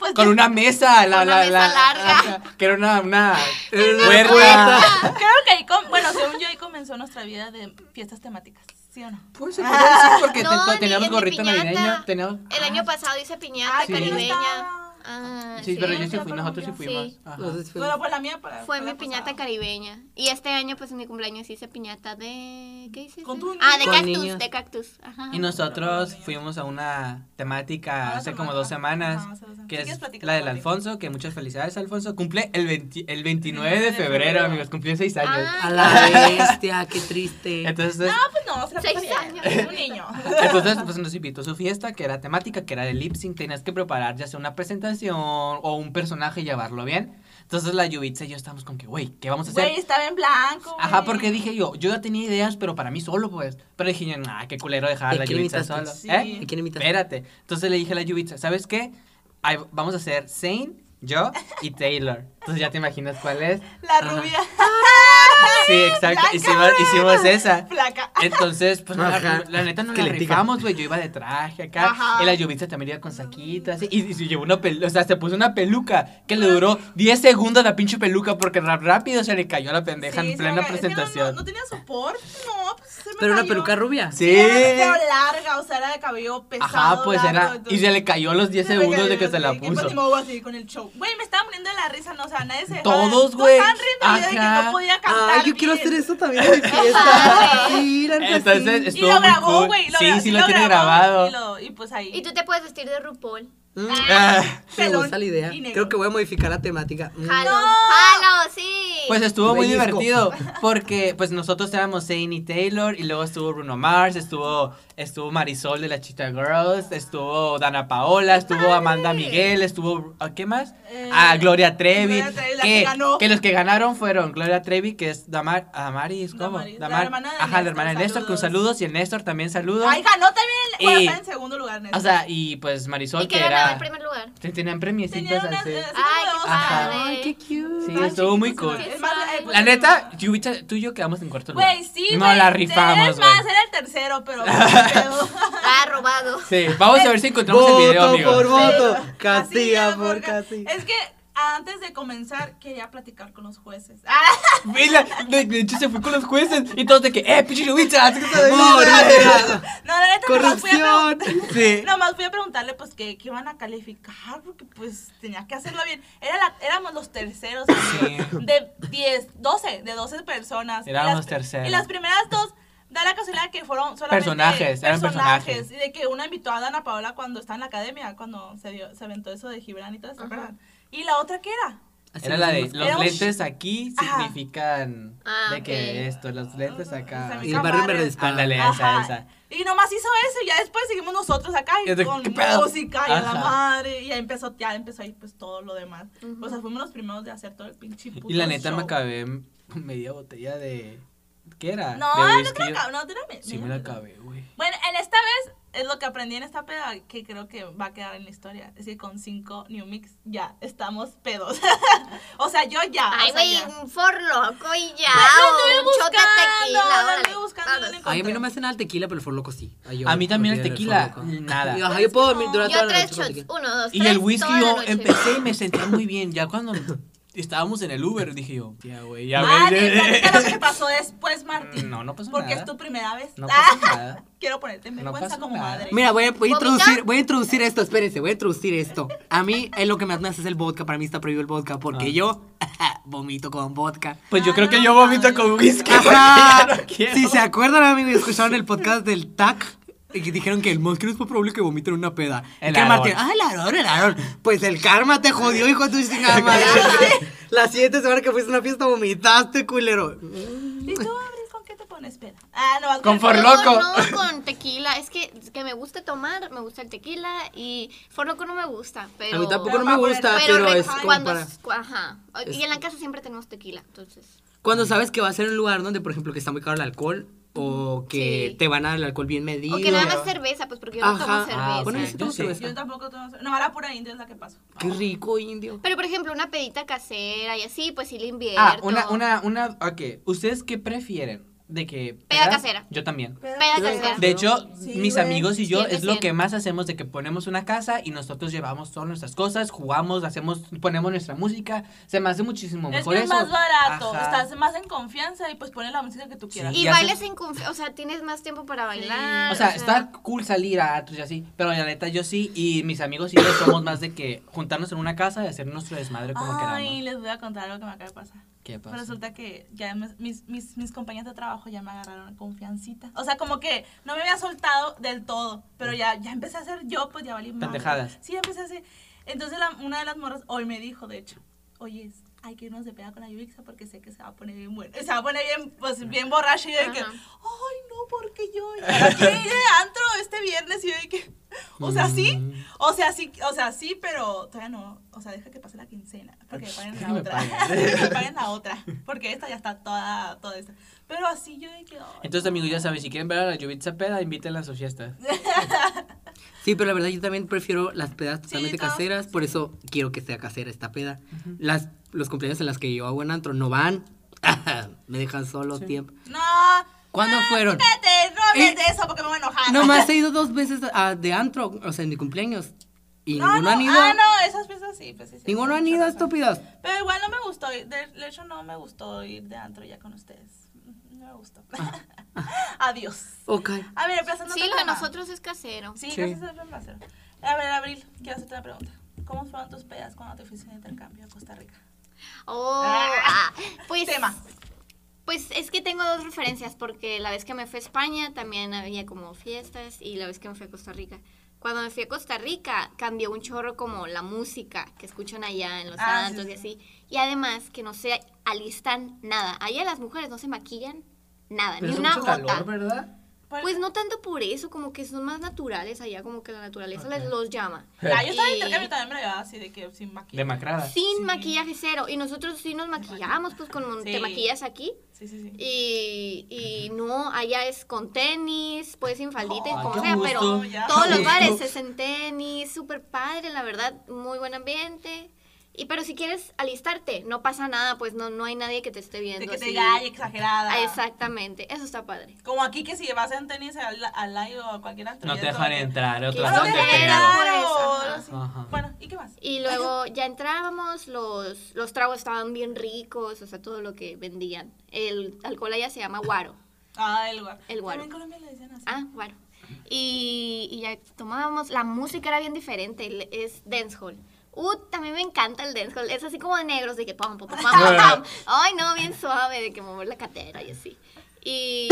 C: Ah,
E: Con una mesa, la,
C: Con una
E: la,
C: mesa
E: la-
C: larga.
E: ajá, que era una, una
D: Era una
E: puerta.
D: puerta.
B: Creo que ahí, com- bueno, según yo, ahí comenzó nuestra vida de fiestas temáticas, ¿sí o no?
E: Pues se puede decir porque
C: No,
E: te-
C: ni-
E: teníamos
C: ni
E: gorrito
C: piñata.
E: navideño, teníamos.
C: El año pasado hice piñata
B: Ay,
E: sí.
C: caribeña.
B: estaba.
C: Ah,
E: Sí, pero yo sí
B: yo
E: fui,
B: también
E: nosotros sí
B: fui.
E: fuimos.
C: Sí.
E: Ajá.
D: Entonces fue-
B: Bueno, pues la mía para.
C: Fue
B: la
C: mi piñata
B: posada.
C: caribeña. Y este año, pues en mi cumpleaños hice piñata de. ¿Qué hice?
B: Con tu-
C: Ah, de
D: Con
C: cactus,
D: niños.
C: de cactus. Ajá.
E: Y nosotros fuimos a una temática
B: Ahora
E: hace
B: te
E: como
B: mando.
E: dos semanas,
B: Ajá, hace dos semanas. Si
E: que es
B: quieres, platícalo,
E: la del
B: Martín.
E: Alfonso, que muchas felicidades Alfonso, cumple el, 20 el 29 de febrero, amigos, cumplió seis años.
C: Ah.
D: A la bestia, qué triste.
E: Entonces,
B: No, pues no, se la
C: Seis
B: pasó bien.
C: años.
B: Un niño.
E: entonces pues, nos invitó a su fiesta, que era temática, que era de lip sync, tenías que preparar ya sea una presentación o un personaje y llevarlo bien. Entonces la Yubitsa y yo estábamos con que, güey, ¿qué vamos a hacer?
B: Güey, estaba en blanco.
E: Ajá,
B: güey.
E: porque dije yo, yo ya tenía ideas, pero para mí solo, pues. Pero dije yo, nah, qué culero dejar a
D: ¿De
E: la
D: quién
E: Yubitsa
D: imitaste?
E: sola.
B: Sí.
E: ¿Eh?
D: ¿De quién imitaste?
E: Espérate. Entonces le dije a la Yubitsa, ¿sabes qué? Ahí v- vamos a hacer Zane, yo y Taylor. Entonces ya te imaginas cuál es.
B: La
D: Ajá.
B: rubia.
E: Sí, exacto.
B: Blanca,
E: Hicimos, hicimos esa.
B: Flaca.
E: Entonces, pues no,
D: Ajá.
E: la, la neta no la
D: Esquelética.
E: rifamos, güey. Yo iba de traje acá.
C: Ajá.
E: Y la Yubitsa también iba con saquito, así. Y, y se llevó una peluca, o sea, se puso una peluca que le duró 10 segundos la pinche peluca porque ra- rápido se le cayó a la pendeja
B: Sí,
E: en
B: se
E: plena
B: me- es que no-
E: presentación.
B: No, no tenía soporte, no, pues se me
D: Pero una
B: cayó.
D: peluca rubia.
E: Sí.
B: Era demasiado larga, o sea, era de cabello pesado.
E: Ajá, pues
B: largo,
E: era. Y
B: entonces-
E: se le cayó a los 10
B: me
E: segundos de
B: cayó,
E: que se la
B: sí, pues,
E: puso.
B: ni modo, así, con el show. Güey, me estaba muriendo de la risa, no, o sea, nadie se dejaba de-
E: Todos, güey.
B: Todos estaban riendo y yo de
E: Ajá.
B: que no podía cantar
D: Ay, yo quiero
B: bien.
D: hacer eso también en mi fiesta. Sí, la neta,
E: Entonces
D: sí.
B: Y
E: estuvo
B: lo
E: muy
B: grabó,
E: cool.
B: güey. lo
E: sí,
B: gra-
E: sí lo tiene
B: grabó,
E: grabado.
B: Y, lo- y pues ahí.
C: Y tú te puedes vestir de RuPaul.
D: Mm,
E: Ah,
D: Me
B: pelón
D: gusta la idea.
B: y negro.
D: Creo que voy a modificar la temática. Mm.
C: Jalo, jalo, sí.
E: Pues estuvo muy
D: Rellisco.
E: divertido porque pues nosotros éramos Zane y Taylor y luego estuvo Bruno Mars, estuvo estuvo Marisol de la Chita Girls, estuvo Dana Paola, estuvo Amanda Miguel, estuvo ¿a ¿qué más?
B: Eh,
E: ah, Gloria Trevi,
B: Gloria Trevi, la que
E: que,
B: ganó.
E: que los que ganaron fueron Gloria Trevi que es Damar Damaris, ¿cómo?
B: Damaris, la hermana de
E: Ajá, la
B: Néstor,
E: hermana de Néstor con
B: saludos.
E: saludos y el Néstor también saludos.
B: Ay, ganó también el. Bueno,
E: Y-
B: estaba en segundo lugar, Néstor.
E: Eh, O sea, y pues Marisol
C: ¿Y que
E: que
C: ganaba
E: era
C: en primer lugar?
E: Te- Tenían
B: Tenía
E: premiecitos
B: unas,
E: así.
B: eh, así
C: Ay,
B: como
C: qué
B: dos,
E: Ajá.
C: padre.
D: Ay, qué cute.
E: Sí,
B: Ay,
E: estuvo muy
B: chiquitos,
E: cool.
B: Es más, eh, pues,
E: La neta, Yubicha, tú y yo quedamos en cuarto lugar.
B: Güey, sí,
E: No
B: güey,
E: la
B: eres
E: rifamos, güey.
B: más, era el tercero, pero. pero-
C: Ah, robado.
E: Sí, vamos a ver si encontramos el video,
D: Voto por
E: amigos.
D: voto.
B: Así,
D: Castilla
B: ya,
D: por
B: porque-
D: Castilla.
B: Es que antes de comenzar, quería platicar con los jueces.
E: Vela, de, de hecho se fue con los jueces y todos de que, eh, pinche Yubitsa, así que te
D: Morena.
B: No, la neta, nomás fui, a pregun-
D: Corrupción. Sí.
B: nomás fui a preguntarle, pues, que, que iban a calificar, porque, pues, tenía que hacerlo bien. Era la- éramos los terceros,
E: Sí.
B: de 10, 12, de 12 personas. Y
E: Éramos
B: las-
E: terceros.
B: Y las primeras dos, da la casualidad que fueron solamente
E: Personajes, eran personajes.
B: Y de que una invitó a Dana Paola cuando estaba en la academia, cuando se, dio, se aventó eso de Gibran y todo eso, ¿verdad? Y la otra, ¿qué era?
D: Así
E: Era
D: nos
E: la de,
D: hicimos-
E: los
B: Era un-
E: lentes aquí
B: Ajá.
E: significan
F: Ah,
E: de que
F: ok.
E: esto, los lentes acá.
B: Esa
D: El barrio en verde
B: Camarero.
D: espada.
E: Ándale, esa,
B: Ajá.
E: esa.
B: Y nomás hizo eso y ya después seguimos nosotros acá y
E: Es de,
B: con
E: ¿qué pedo?
B: música y a la
E: Ajá.
B: madre y ya empezó, ya empezó ahí pues todo lo demás. O sea, fuimos los primeros de hacer todo el pinche puto
E: Y la neta me
B: show.
E: acabé m- media botella de. ¿Qué era?
B: No,
E: de
B: no te la acabé, no, tírame.
E: Sí, me la acabé, güey.
B: Bueno, en esta vez es lo que aprendí en esta peda que creo que va a quedar en la historia. Es que con cinco New Mix ya estamos pedos. o sea, yo ya.
C: Ay,
B: o sea,
C: güey,
B: ya. Pues,
C: un forloco y ya.
B: Lo
C: o
B: anduve
C: un shot de
B: buscando,
C: tequila,
B: lo
C: órale,
B: anduve buscando,
C: vamos.
B: no lo encontré.
D: Ay, a mí no me hace nada el tequila, pero el forloco sí. Ay, yo
E: A mí también el
D: prefiero
E: tequila,
D: forloco.
E: nada.
D: Ajá, yo puedo dormir durante
C: Yo
D: toda la
C: tres
D: noche con
C: shots,
D: tequila.
C: uno, dos,
E: Y
C: tres,
E: el whisky
C: toda la
E: yo
C: noche.
E: empecé y me sentía muy bien. Ya cuando estábamos en el Uber, dije yo, tía, güey, ya
B: Martín,
E: ves.
B: platica Ah, lo que pasó después, Martín.
E: No, no pasó
B: Porque
E: Pues nada.
B: es tu primera vez.
E: No pasó
B: Ah,
E: nada.
B: Quiero ponerte en
E: No
B: vergüenza
E: pasó
B: como
E: nada.
B: madre.
D: Mira, voy a, voy a
C: ¿Vomitar?
D: introducir, voy a introducir esto, espérense, voy a introducir esto. A mí es lo que más me hace es el vodka, para mí está prohibido el vodka, porque
E: Ah.
D: yo vomito con vodka.
E: Pues yo creo que
B: no,
E: yo vomito
B: no, Ah,
E: con whisky. porque
D: Ajá.
E: ya no quiero.
D: Si se acuerdan, amigos, y escucharon el podcast del TAC. Y que dijeron que el monstruo es más probable que vomite en una peda.
E: El
D: y que
E: Aarón.
D: Martín, ah, el Aarón, el Aarón. Pues el karma te jodió, hijo de tu chingada madre. La siguiente semana que fuiste a una fiesta vomitaste, culero.
B: ¿Y tú, Abril, con qué te pones peda? Ah, no, vas
E: Con
B: con-
E: forloco.
C: No, no, con tequila. Es que, es que me gusta tomar, me gusta el tequila y forloco no me gusta, pero...
D: a mí tampoco
B: pero
D: no me
B: para
D: gusta,
B: poner-
D: pero,
C: re-
D: es como
C: cuando...
D: para...
C: es- cu- Ajá.
D: es-
C: Y en la casa siempre tenemos tequila, entonces...
D: Cuando sabes que va a ser un lugar donde, por ejemplo, que está muy caro el alcohol o que
C: Sí.
D: te van a dar el alcohol bien medido.
C: O que nada más cerveza, pues porque yo no tomo
D: Ajá.
C: cerveza.
E: Ah,
D: Bueno, yo
E: ok.
D: sí
E: Yo
D: tomo
E: sí.
D: cerveza.
B: Yo tampoco tomo. No, la pura india es la que pasó.
D: Qué rico, indio.
C: Pero por ejemplo, una pedita casera y así, pues sí le invierto.
E: Ah, una, una, una, ok. ¿Ustedes qué prefieren? De que.
C: Peda
E: ¿verdad?
C: casera.
E: Yo también.
C: Peda casera.
E: De hecho, mis amigos y yo es
C: 100%.
E: lo que más hacemos de que ponemos una casa y nosotros llevamos todas nuestras cosas, jugamos, hacemos, ponemos nuestra música. Se me hace muchísimo
B: Es
E: mejor
B: que es
E: eso.
B: más barato,
E: Ajá.
B: estás más en confianza y pues pones la música que tú
E: Sí.
B: quieras.
C: Y
E: ya
C: bailas
E: se-
C: en confi- o sea, tienes más tiempo para bailar.
E: O sea, está cool salir a atos y así, pero la neta yo sí y mis amigos y yo somos más de que juntarnos en una casa y hacer nuestro desmadre como
B: Ay,
E: queramos.
B: les voy a contar algo que me acaba de pasar.
E: ¿Qué
B: Pero
E: pasa?
B: resulta que ya me- mis, mis, mis compañeros de trabajo ya me agarraron confiancita. O sea, como que no me había soltado del todo, pero ya, ya empecé a hacer yo, pues ya valí madre.
E: Mm. Pendejadas.
B: Sí, empecé a hacer. Entonces la- una de las morras hoy me dijo, de hecho, oye, es- hay que irnos de peda con la Yubixa porque sé que se va a poner bien bueno. Se va a poner bien, pues, bien borracho. Y yo de que,
C: Ajá.
B: ay, no, porque yo ya quiero ir de antro este viernes. Y yo de que, o sea, sí,
E: Mm.
B: o sea, sí, o sea, sí, pero todavía no. O sea, deja que pase la quincena. Porque me paguen
E: Que
B: la
E: me
B: otra.
E: paguen.
B: Que me paguen la otra. Porque esta ya está toda, toda esta. Pero así yo de que. ay,
E: Entonces, amigos, ya saben, si quieren ver a la Yubitsa peda, invítenla a sus fiestas.
D: Sí, pero la verdad yo también prefiero las pedas totalmente
B: todas-
D: caseras, por eso quiero que sea casera esta peda. Las los cumpleaños en las que yo hago en antro no van. me dejan solo tiempo.
B: No.
D: ¿Cuándo fueron?
B: Espérate, no hables
D: Eh,
B: de eso porque me voy a enojar.
D: Nomás he ido dos veces a- de antro, o sea, en mi cumpleaños. Y
B: No,
D: ninguno
B: no,
D: han ido.
B: Ah, no, esas fiestas sí, pues sí. sí,
D: Ninguno
B: sí,
D: han
B: mucha
D: ido,
B: razón.
D: estúpidos.
B: Pero igual no me gustó. ir, De de hecho, no me gustó ir de antro ya con ustedes. Mm, No me gustó.
D: Ah,
B: Adiós.
D: Ok.
B: A ver, empezando
C: Sí,
B: otro
C: lo de
B: tema.
C: nosotros es casero.
B: Sí,
D: Sí.
B: gracias a Fran Macero. A ver, Abril, quiero hacerte una pregunta. ¿Cómo fueron tus pedas cuando te fuiste de intercambio a Costa Rica?
C: Oh,
B: Ah.
C: ah, pues
B: Tema.
C: Pues es que tengo dos referencias, porque la vez que me fui a España también había como fiestas y la vez que me fui a Costa Rica. Cuando me fui a Costa Rica cambió un chorro como la música que escuchan allá en los
B: Ah,
C: santos
B: sí,
C: y así. Y además que no se alistan nada. Allá las mujeres no se maquillan nada, ni una gota.
E: ¿verdad?
B: Por-
C: Pues no tanto por eso, como que son más naturales allá, como que la naturaleza les
E: Ok.
C: los llama.
B: Ya, yo estaba en
C: Y-
B: intercambio también me la llevaba así de que sin maquillaje.
E: Demacrada.
C: Sin maquillaje cero. Y nosotros sí nos maquillamos, pues con un- te
B: Sí.
C: maquillas aquí.
B: Sí, sí, sí.
C: Y, y no, allá es con tenis, pues sin faldita y
E: Ay,
C: como
E: qué
C: sea, pero
E: gusto.
B: Ya.
C: todos
E: Qué
C: los bares
E: gusto.
C: es en tenis, súper padre, la verdad, muy buen ambiente. Y pero si quieres alistarte, no pasa nada, pues no, no hay nadie que te esté viendo.
B: De que te
C: así.
B: diga, ay, exagerada.
C: Ah, Exactamente, eso está padre.
B: Como aquí que si vas en tenis al, al live o a cualquier antro.
E: No
B: ya
E: te
B: es
E: dejan
B: como que,
E: entrar,
C: Claro,
E: otras
B: No
E: no
B: te
E: te
C: Claro,
B: dejan
E: pegan.
B: entrar
C: claro.
B: o
C: Ajá.
B: algo así.
E: Ajá.
B: Bueno, ¿y qué más?
C: Y luego ya entrábamos, los, los tragos estaban bien ricos, o sea, todo lo que vendían. El alcohol allá se llama guaro.
B: Ah, el guaro.
C: El guaro.
B: También en Colombia le dicen así.
C: Ah, guaro. Y, y ya tomábamos, la música era bien diferente, le- es dancehall. Uh, también me encanta el dancehall, es así como de negros, de que pam, pam, pam, pam, pam. Ay, no, bien suave, de que mover la cadera y así. Y,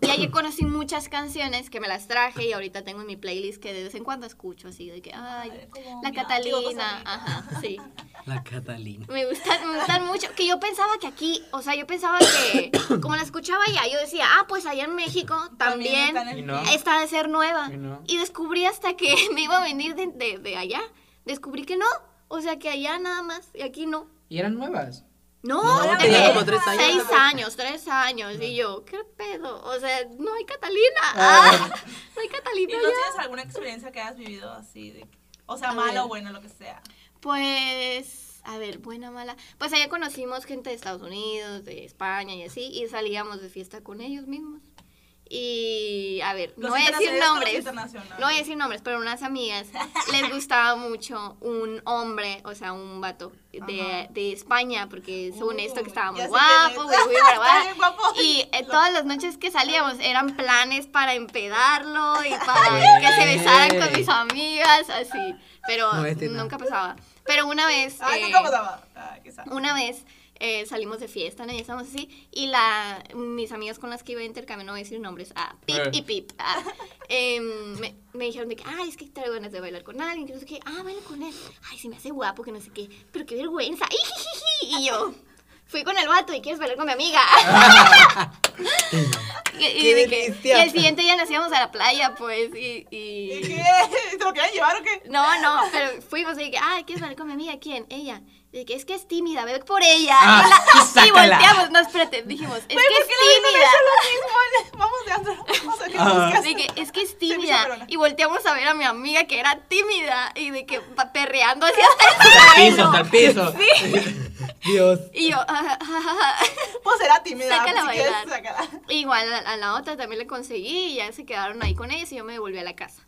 C: y ahí conocí muchas canciones que me las traje y ahorita tengo en mi playlist que de vez en cuando escucho así, de que, ay, la
B: Colombia, digo, Costa
C: Catalina,
B: Rica.
C: ajá, sí.
D: La Catalina.
C: Me gustan, me gustan mucho. Que yo pensaba que aquí, o sea, yo pensaba que, como la escuchaba allá, yo decía, ah, pues allá en México también,
B: están en-
E: Y no.
D: Ah.
C: está de ser nueva.
E: Y no.
C: Y descubrí hasta que me iba a venir de, de- de allá. Descubrí que no. O sea, que allá nada más y aquí no.
E: Y eran nuevas.
C: No,
D: No,
C: de
D: tenía
C: que
D: como tres años. Ah.
C: Seis años, tres años. Y yo, ¿qué pedo? O sea, no hay Catalina.
E: Ah.
C: Ah, no hay
B: ¿Y
C: Catalina
B: no
C: allá.
B: tienes alguna experiencia que hayas vivido así? de que- o sea,
C: A ver.
B: mala o buena, lo que sea.
C: Pues, a ver, buena, mala. Pues allá conocimos gente de Estados Unidos, de España y así, y salíamos de fiesta con ellos mismos. Y, a ver,
B: Los
C: no voy a decir
B: internacionales con los
C: nombres.
B: internacionales.
C: No voy a decir nombres, pero unas amigas les gustaba mucho un hombre, o sea, un vato de,
B: Ajá.
C: de España, porque según esto que
B: Uy,
C: estaba muy
B: ya sé
C: guapo,
B: quién
C: güey,
B: es.
C: güey,
B: Está
C: guay,
B: bien guapo.
C: Y eh, todas las noches que salíamos eran planes para empedarlo y para
E: Güey.
C: que se besaran con mis amigas, así. Pero
D: No, este no.
C: nunca pasaba. Pero una vez.
B: Ay,
C: eh,
B: ¿qué cómo se llama? Ah, quizá.
C: una vez eh, salimos de fiesta, ¿no? Y estábamos así. Y la, mis amigas con las que iba a intercambio, no voy a decir nombres, ah, Pip
E: Eh.
C: y Pip, ah, em, me, me dijeron de que, ay, es que traigo ganas de bailar con alguien, que no sé qué, ah, baila con él, ay, se me hace guapo, que no sé qué, pero qué vergüenza, ijijiji. y yo, fui con el vato y quieres bailar con mi amiga. y, y
D: Qué
C: de que-
D: delicia.
C: y el siguiente día nos íbamos a la playa, pues, y-
B: ¿Y qué? ¿Te lo querían llevar o qué?
C: no, no, pero fuimos y dije, ah, ¿quieres bailar con mi amiga? ¿Quién? Ella. Y dije, es que es tímida, ve por ella.
E: Ah,
C: y, la- y
E: sácala.
C: volteamos, no, espérate, dijimos, es
B: Güey,
C: que
B: ¿por
C: es
B: qué la vez no me hizo
C: tímida.
B: lo mismo? Vamos de antro, vamos a que
E: Ah.
B: buscas.
C: De que es que es
B: hizo
C: tímida.
B: pelona.
C: Y volteamos a ver a mi amiga que era tímida y de que pa- perreando así hasta el
E: Hasta el
C: suelo.
E: piso, hasta el piso.
D: Dios.
C: Y yo, ah, ah, ah.
B: Pues era tímida.
C: Sácala a
B: si quieres,
C: bailar.
B: sácala.
C: Igual a, a la otra también le conseguí y ya se quedaron ahí con ellas y yo me devolví a la casa.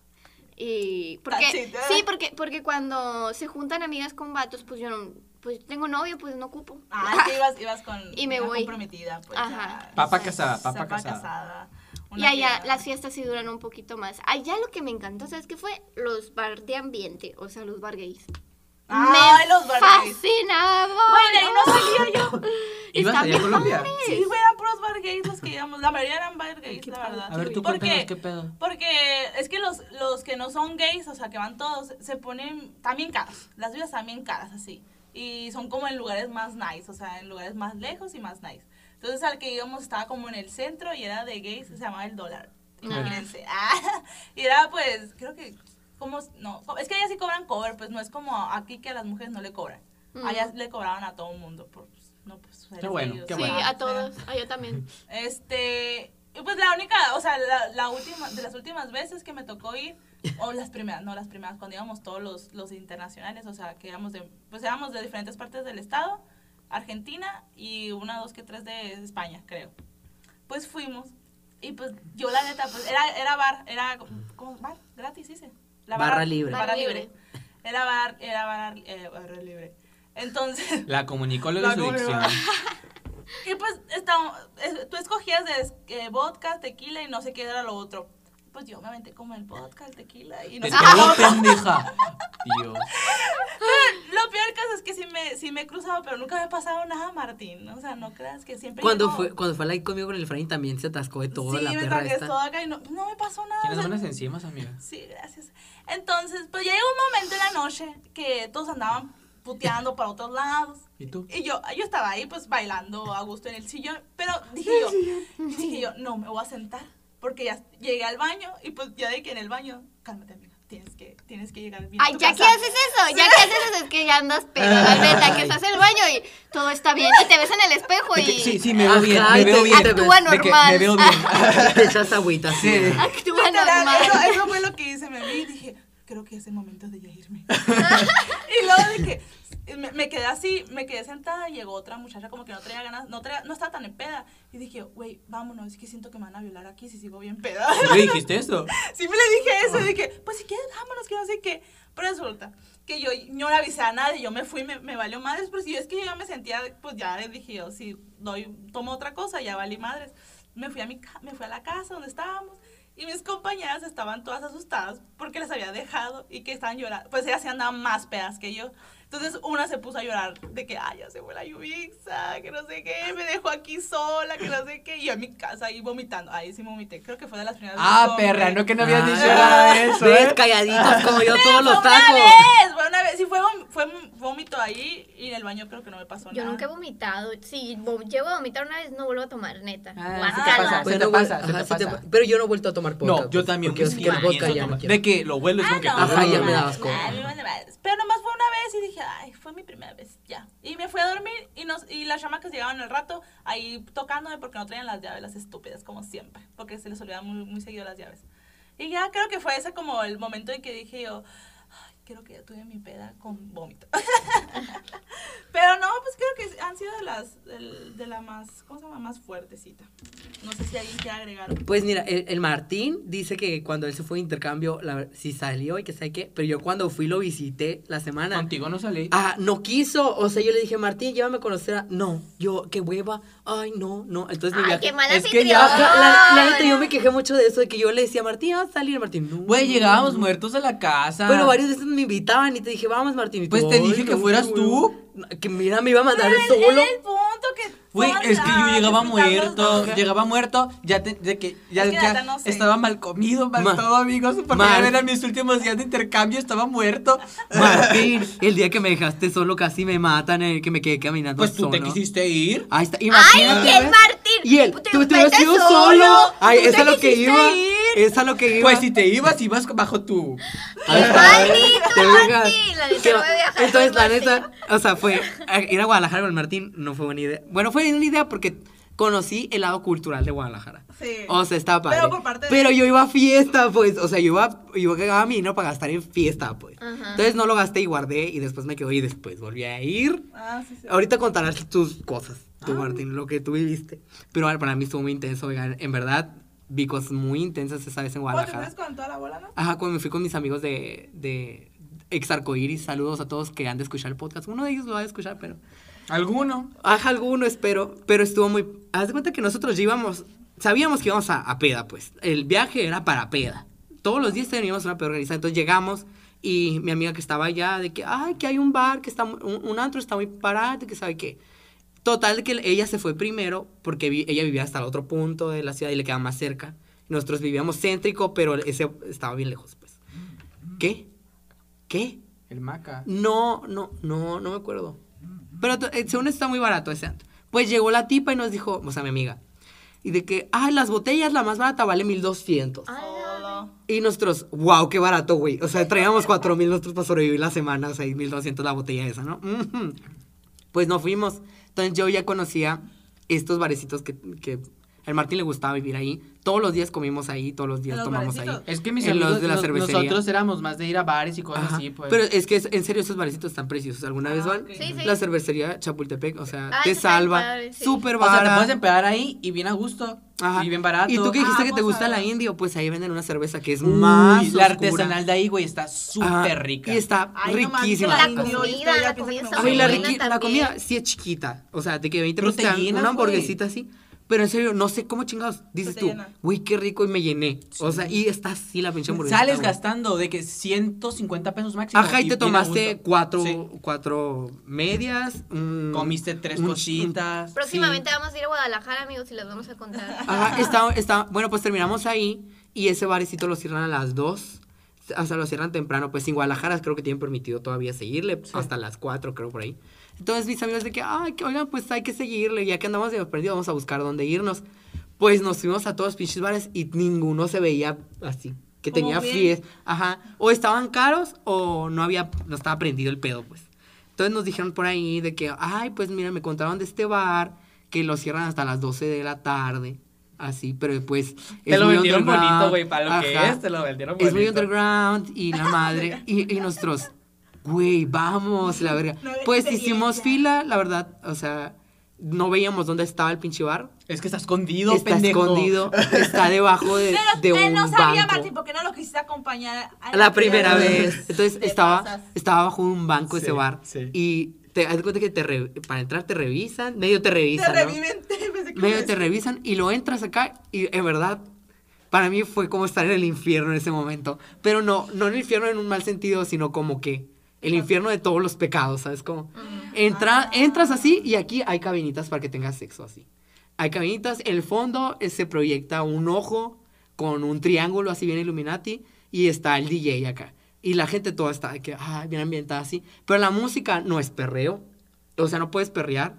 C: Y porque
B: Tachita.
C: sí, porque porque cuando se juntan amigas con vatos, pues yo no pues tengo novio, pues no ocupo.
B: Ah, que ibas, ibas con
C: Y me
B: una
C: voy.
B: comprometida, pues.
C: Ajá.
B: ya.
E: Papa casada, papa
B: Zapa
E: casada.
B: una
C: Y allá
B: piedra.
C: las fiestas sí duran un poquito más. Allá lo que me encantó, ¿sabes qué fue? Los bar de ambiente, o sea, los bar gays.
B: Ay, los bargays.
C: Fascinaba.
B: Güey, de ahí no salía yo.
E: ¿Ibas allá
C: Está
E: a
C: bien
E: Colombia?
C: padre.
B: Sí, güey, eran puros bar gays los que íbamos. La mayoría eran bar gays,
C: Qué
B: la
C: padre.
B: verdad.
E: A ver, tú
B: ¿Por
E: cuéntanos
B: qué?
E: qué pedo.
B: Porque es que los, los que no son gays, o sea, que van todos, se ponen también caros. Las vidas también caras, así. Y son como en lugares más nice, o sea, en lugares más lejos y más nice. Entonces, al que íbamos estaba como en el centro y era de gays, se llamaba el dólar. Imagínense. Ah, y era, pues, creo que, como, no, es que allá sí cobran cover, pues no es como aquí que a las mujeres no le cobran.
C: Mm.
B: Allá le cobraban a todo el mundo, por, pues, no, pues. eres
E: bueno,
B: gay, o
E: qué
B: sea,
C: Sí,
E: bueno.
C: a todos, allá también.
B: este, y pues la única, o sea, la, la última, de las últimas veces que me tocó ir, o las primeras, no las primeras, cuando íbamos todos los, los internacionales, o sea, que íbamos de, pues íbamos de diferentes partes del estado, Argentina y una, dos, que tres de España, creo. Pues fuimos, y pues yo la neta, pues era, era bar, era, ¿cómo? ¿Bar? Gratis, dice. La
D: Barra libre.
B: Barra
C: Barra
B: libre.
C: libre.
B: Era bar, era bar, eh, barra libre. Entonces...
E: La comunicó lo
B: La
E: de su
B: comunicó.
E: dicción.
B: Y pues está- es- tú escogías de, eh, vodka, tequila y no sé qué era lo otro. Pues yo me aventé como el vodka, el tequila y no
E: Te
B: sé qué.
E: quedó pendeja. Dios.
B: Lo peor caso es que sí me, sí me he cruzado, pero nunca me ha pasado nada, Martín. O sea, no creas que siempre.
D: Cuando
B: llego-
D: fue, cuando fue a la live conmigo con el Efraín también se atascó de toda
B: sí,
D: la
B: me
D: perra
B: tragué
D: esta.
B: todo acá y no, no me pasó nada. o
E: Tienes
B: sea,
E: buenas enzimas, amiga.
B: Sí, gracias. Entonces, pues ya llegó un momento en la noche que todos andaban puteando para otros lados.
E: ¿Y tú?
B: Y yo, yo estaba ahí pues bailando a gusto en el sillón, pero dije yo, dije yo, no, me voy a sentar, porque ya llegué al baño y pues ya de que en el baño, cálmate amiga, tienes que, tienes que llegar bien. a
C: Ay,
B: tu
C: ya que
B: casa".
C: haces eso, ya que haces eso, es que ya andas pero la neta, que estás en el baño y todo está bien. Y te ves en el espejo
E: De
C: y
E: que, sí, sí, me veo bien.
D: Ajá,
E: Me
D: y te-
E: veo bien.
D: te-
C: actúa
E: De que
C: normal.
E: me veo bien.
D: Te echas agüita así.
E: Sí.
C: actúa
B: Literal, eso,
C: normal.
B: eso fue lo que hice, me vi y dije, creo que es el momento de ya irme. y luego dije, me, me quedé así, me quedé sentada y llegó otra muchacha como que no traía ganas, no, traía- no estaba tan en peda. Y dije, güey, vámonos, es que siento que me van a violar aquí si sigo bien peda.
E: ¿Le dijiste eso?
B: Sí me le dije eso, y dije, pues si quieres, vámonos, que no sé qué. Pero resulta que yo no le avisé a nadie, yo me fui, me, me valió madres, pero si es que yo ya me sentía, pues ya le dije yo, si doy, tomo otra cosa, ya valí madres. Me fui a, mi, ca- me fui a la casa donde estábamos y mis compañeras estaban todas asustadas porque les había dejado y que estaban llorando. Pues ellas se andaban más pedas que yo. Entonces una se puso a llorar de que, ay, ya se fue la Yubixa, que no sé qué, me dejó aquí sola, que no sé qué. Y yo a mi casa ahí vomitando, ahí sí vomité, creo que fue de las primeras
E: Ah,
B: veces que
E: perra,
B: vomité.
E: no que no habías
D: Ah.
E: dicho nada de eso,
D: Ves,
E: ¿eh?
D: calladitos como yo
B: Pero
D: todos los
B: fue
D: tacos.
B: Una vez, fue una vez. Sí, fue, vom- fue un vómito ahí y en el baño creo que no me pasó
F: Yo
B: nada.
F: nunca he vomitado. Si vo- llego a vomitar una vez, no vuelvo a tomar, neta.
E: Ah, sí te
F: Guácala.
E: pasa.
D: Pues
E: Se te
D: no vuel-
E: pasa, se
D: ajá,
E: te
D: sí te
E: pasa.
D: pa- Pero yo no he vuelto a tomar vodka.
E: No, yo también.
D: Porque es
E: whisky
D: que el
E: también
D: vodka
E: eso
D: ya no
E: toma-
D: quiero.
E: De que lo hueles
B: Ah,
E: como que...
B: no,
D: Ajá, ya
B: no,
D: me da
B: no,
D: asco.
B: ah, me vale madres. Pero nomás fue una vez y dije, ay, fue mi primera vez, ya. Y me fui a dormir y, nos, y las chamacas llegaban al rato ahí tocándome porque no traían las llaves, las estúpidas, como siempre. Porque se les olvidaban muy, muy seguido las llaves. Y ya creo que fue ese como el momento en que dije yo, ay, creo que ya tuve mi peda con vómito. Pero no, pues creo que han sido de las, del- de la más, ¿cómo se llama? Más fuertecita. No sé si alguien quiere agregar.
D: Pues mira, el, el Martín dice que cuando él se fue de intercambio, la, sí salió y que sabe qué, pero yo cuando fui lo visité la semana.
E: Contigo no salí.
D: Ah, no quiso. O sea, yo le dije, Martín, llévame a conocer a. No, yo, qué hueva. Ay, no, no. Entonces mi
F: Ay,
D: viaje-
F: qué mala
E: Es que ya-
D: Ajá, la, la neta,
F: anfitriona.
D: yo me quejé mucho de eso, de que yo le decía, Martín, ah, vas a salir, Martín. No.
E: Güey, llegábamos muertos a la casa.
D: Pero varias veces me invitaban y te dije, vamos, Martín. y tú,
E: Pues te
D: "Ay,
E: dije que
D: no,
E: fueras
D: qué
E: tú".
D: hueva. Que mira, me iba a mandar
B: Ese
D: solo.
B: es el punto que
E: Güey,
B: todas
E: es que yo
B: las-
E: llegaba
B: disfrutamos
E: muerto,
B: de-
E: llegaba muerto, ya te- de que ya,
B: Es que
E: ya
B: neta, no sé.
E: estaba mal comido, mal
D: Ma-
E: todo, amigos, porque
D: Mar-
E: ya eran mis últimos días de intercambio, estaba muerto.
D: Martín, el día que me dejaste solo casi me matan, eh, que me quedé caminando
E: Pues tú te
D: solo.
E: quisiste ir.
D: Ahí está,
F: Ay,
D: imagínate.
F: que
D: ¿ves?
F: Martín.
D: Y él,
F: Puta,
D: tú te
F: vete
D: hubieras ido
F: solo.
D: solo. Ay,
F: Tú
D: es
F: te
D: a lo que
F: quisiste
D: iba.
F: ir.
D: Es a lo que iba.
E: Pues si te ibas, ibas bajo tu...
D: Ahí está.
F: Maldito
D: Te vengas.
F: Martín, la neta,
D: Te
F: no
D: va-
F: voy a viajar
D: Entonces,
F: con
D: la
F: Martín.
D: neta, o sea, fue a- ir a Guadalajara con el Martín no fue buena idea. Bueno, fue una idea porque conocí el lado cultural de Guadalajara.
B: Sí.
D: O sea, estaba padre.
B: Pero por parte de-
D: Pero yo iba a fiesta, pues. O sea, yo iba, yo gastaba mi dinero para gastar en fiesta, pues. Entonces no lo gasté y guardé y después me quedó y después volví a ir.
B: Ah, sí, sí.
D: Ahorita contarás tus cosas, tú,
B: Ah.
D: Martín, lo que tú viviste. Pero ah, para mí estuvo muy intenso, oigan. En verdad, vi cosas muy intensas esa vez en
B: Cuando te
D: Guadalajara.
B: ves con toda la bola, ¿no?
D: Ajá, cuando me fui con mis amigos de, de ex arcoíris, saludos a todos que han de escuchar el podcast. Uno de ellos lo va a escuchar, pero.
E: ¿Alguno?
D: Ajá, alguno espero. Pero estuvo muy. Haz de cuenta que nosotros ya íbamos. Sabíamos que íbamos a, a peda, pues. El viaje era para peda. Todos los días teníamos una peda organizada. Entonces llegamos y mi amiga que estaba allá, de que, ay, que hay un bar, que está. mu- Un, un antro está muy parado, que sabe qué. Total, que ella se fue primero porque vi- ella vivía hasta el otro punto de la ciudad y le quedaba más cerca. Nosotros vivíamos céntrico, pero ese estaba bien lejos, pues. ¿Qué? ¿Qué?
E: El maca.
D: No, no, no, no me acuerdo. Pero to- eh, según está muy barato ese antro. Pues llegó la tipa y nos dijo, o sea, mi amiga, y de que, ay, las botellas, la más barata vale 1200.
B: Ah. Hola.
D: Y nosotros, wow, qué barato, güey. O sea, traíamos 4000 nosotros para sobrevivir la semana, o sea, y 1200 la botella esa, ¿no? Ujú. Pues nos fuimos. Entonces yo ya conocía estos barecitos que, que al Martín le gustaba vivir ahí. Todos los días comimos ahí, todos los días
B: los
D: tomamos ahí.
B: barecitos?
E: Es que mis
D: En
E: amigos
D: los de la
E: nos-
D: cervecería.
E: nosotros éramos más de ir a bares y cosas
D: Ajá.
E: así, pues. Ah,
D: Pero es que es- en serio esos barecitos están preciosos. ¿Alguna vez van?
B: ok.
F: Sí, sí.
D: La cervecería Chapultepec, o sea,
F: Ah,
D: te
F: esa está bien
D: salva.
F: padre, sí.
D: Súper
E: o sea, te
D: barata.
E: puedes empezar ahí y bien a gusto.
D: Ajá.
E: Y bien barato. Ah,
D: Y tú que dijiste
B: Ah,
D: que te
B: pues,
D: gusta
B: a
D: la
B: ver.
D: indio, pues ahí venden una cerveza que es
E: Uy,
D: más
E: la
D: oscura.
E: artesanal de ahí, güey, está
D: Ajá,
E: súper rica.
D: Y está
B: Ay, no mames,
D: riquísima.
B: que
F: La
B: indio,
F: comida,
B: ahorita ya
F: la
B: pienso que
F: comida
B: no
F: está
D: Ay,
B: sé.
D: la,
F: buena
D: riqui- la
F: también.
D: comida sí es chiquita. O sea, de que 20 pesos te dan
E: Proteínas,
D: una hamburguesita así. Pero en serio, no sé cómo chingados. Dices
B: te
D: tú,
B: llena.
D: uy, qué rico y me llené. O sea, y está así la pinche hamburguesa.
E: Sales
D: güey.
E: gastando de que 150 pesos máximo.
D: Ajá, y te
E: bien a
D: tomaste
E: gusto.
D: cuatro,
E: Sí.
D: cuatro medias. un-
E: Comiste tres
D: un- un-
E: cositas.
F: Próximamente vamos a ir a Guadalajara, amigos, y les vamos a contar.
D: Ajá, está, está, bueno, pues terminamos ahí y ese barecito lo cierran a las 2. O sea, lo cierran temprano, pues en Guadalajara creo que tienen permitido todavía seguirle, hasta las 4 creo por ahí. Entonces mis amigos de que, ay, que, oigan, pues hay que seguirle, ya que andamos de perdidos, vamos a buscar dónde irnos. Pues nos fuimos a todos los pinches bares y ninguno se veía así, que
B: Como
D: tenía
B: bien.
D: fiesta. Ajá, o estaban caros o no había, no estaba prendido el pedo, pues. Entonces nos dijeron por ahí de que, ay, pues mira, me contaron de este bar que lo cierran hasta las 12 de la tarde. Así, pero pues.
E: Te lo vendieron bonito, güey, para lo que
D: Ajá.
E: es, te lo vendieron
D: Es muy
E: bonito.
D: underground y la madre. y, y nosotros. güey, vamos, la verga.
B: No había
D: Pues
B: experiencia.
D: hicimos fila, la verdad, o sea, no veíamos dónde estaba el pinche bar.
E: Es que está escondido,
D: está
E: pendejo.
D: escondido, está debajo de,
B: Pero
D: de
B: él
D: un
B: no sabía,
D: banco.
B: Martín, porque no lo quisiste acompañar a
D: La primera vez. Entonces
B: Te
D: estaba,
B: pasas.
D: estaba bajo un banco ese
E: Sí,
D: bar.
E: sí.
D: Y te das cuenta que te re- para entrar te revisan, medio te
B: Te
D: revisan. ¿no?
B: reviven, te- pensé que
D: Medio
B: me-
D: te revisan y lo entras acá y en verdad para mí fue como estar en el infierno en ese momento, pero no no en el infierno en un mal sentido, sino como que el infierno de todos los pecados, ¿sabes cómo?
B: Ah.
D: Entra, entras así y aquí hay cabinitas para que tengas sexo así. Hay cabinitas, en el fondo eh, se proyecta un ojo con un triángulo así bien Illuminati y está el DJ acá. Y la gente toda está de que, ah, bien ambientada así. Pero la música no es perreo. O sea, no puedes perrear.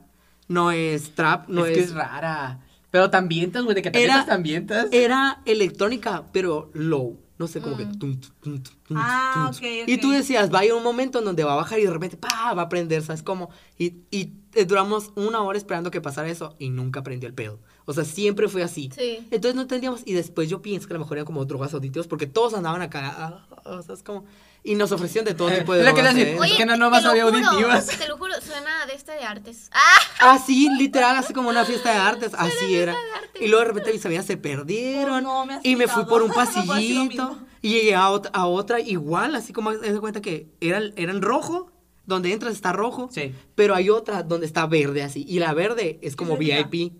D: No es trap, no
E: es, que es rara. Pero te ambientas, güey, de que te
D: Era-
E: ambientas, te ambientas.
D: era electrónica, pero low. No sé, como que. tum, tum, tum, tum, tum,
B: Mm. Ah,
D: tum.
B: ok, ok.
D: Y tú decías, va a ir un momento en donde va a bajar y de repente, pa, va a prender, ¿sabes cómo? Y, y eh, duramos una hora esperando que pasara eso y nunca prendió el pedo. O sea, siempre fue así.
F: Sí.
D: Entonces no entendíamos. Y después yo pienso que a lo mejor eran como drogas auditivas porque todos andaban acá, ah, ah, ¿sabes cómo? Y nos ofrecían de todo
E: Eh,
D: tipo de
E: era que
D: drogas.
E: le hacían-
D: ¿eh?
E: Oye, que no, no vas
F: te lo
E: a ver
F: juro,
E: auditivas.
F: Te lo juro, suena de esta de artes. ¡Ah!
D: Así, literal, así como una fiesta de artes, así era. Y luego de repente mis amigas se perdieron.
B: Oh, no, me has
D: y me fui
B: quitado.
D: por un
B: No puedo decir lo
D: pasillito.
B: mismo.
D: y llegué a, ot- a otra igual, así como haz de cuenta que era, era en rojo. Donde entras está rojo.
E: Sí.
D: Pero hay otra donde está verde así. Y la verde es como
B: Es rica.
D: VIP.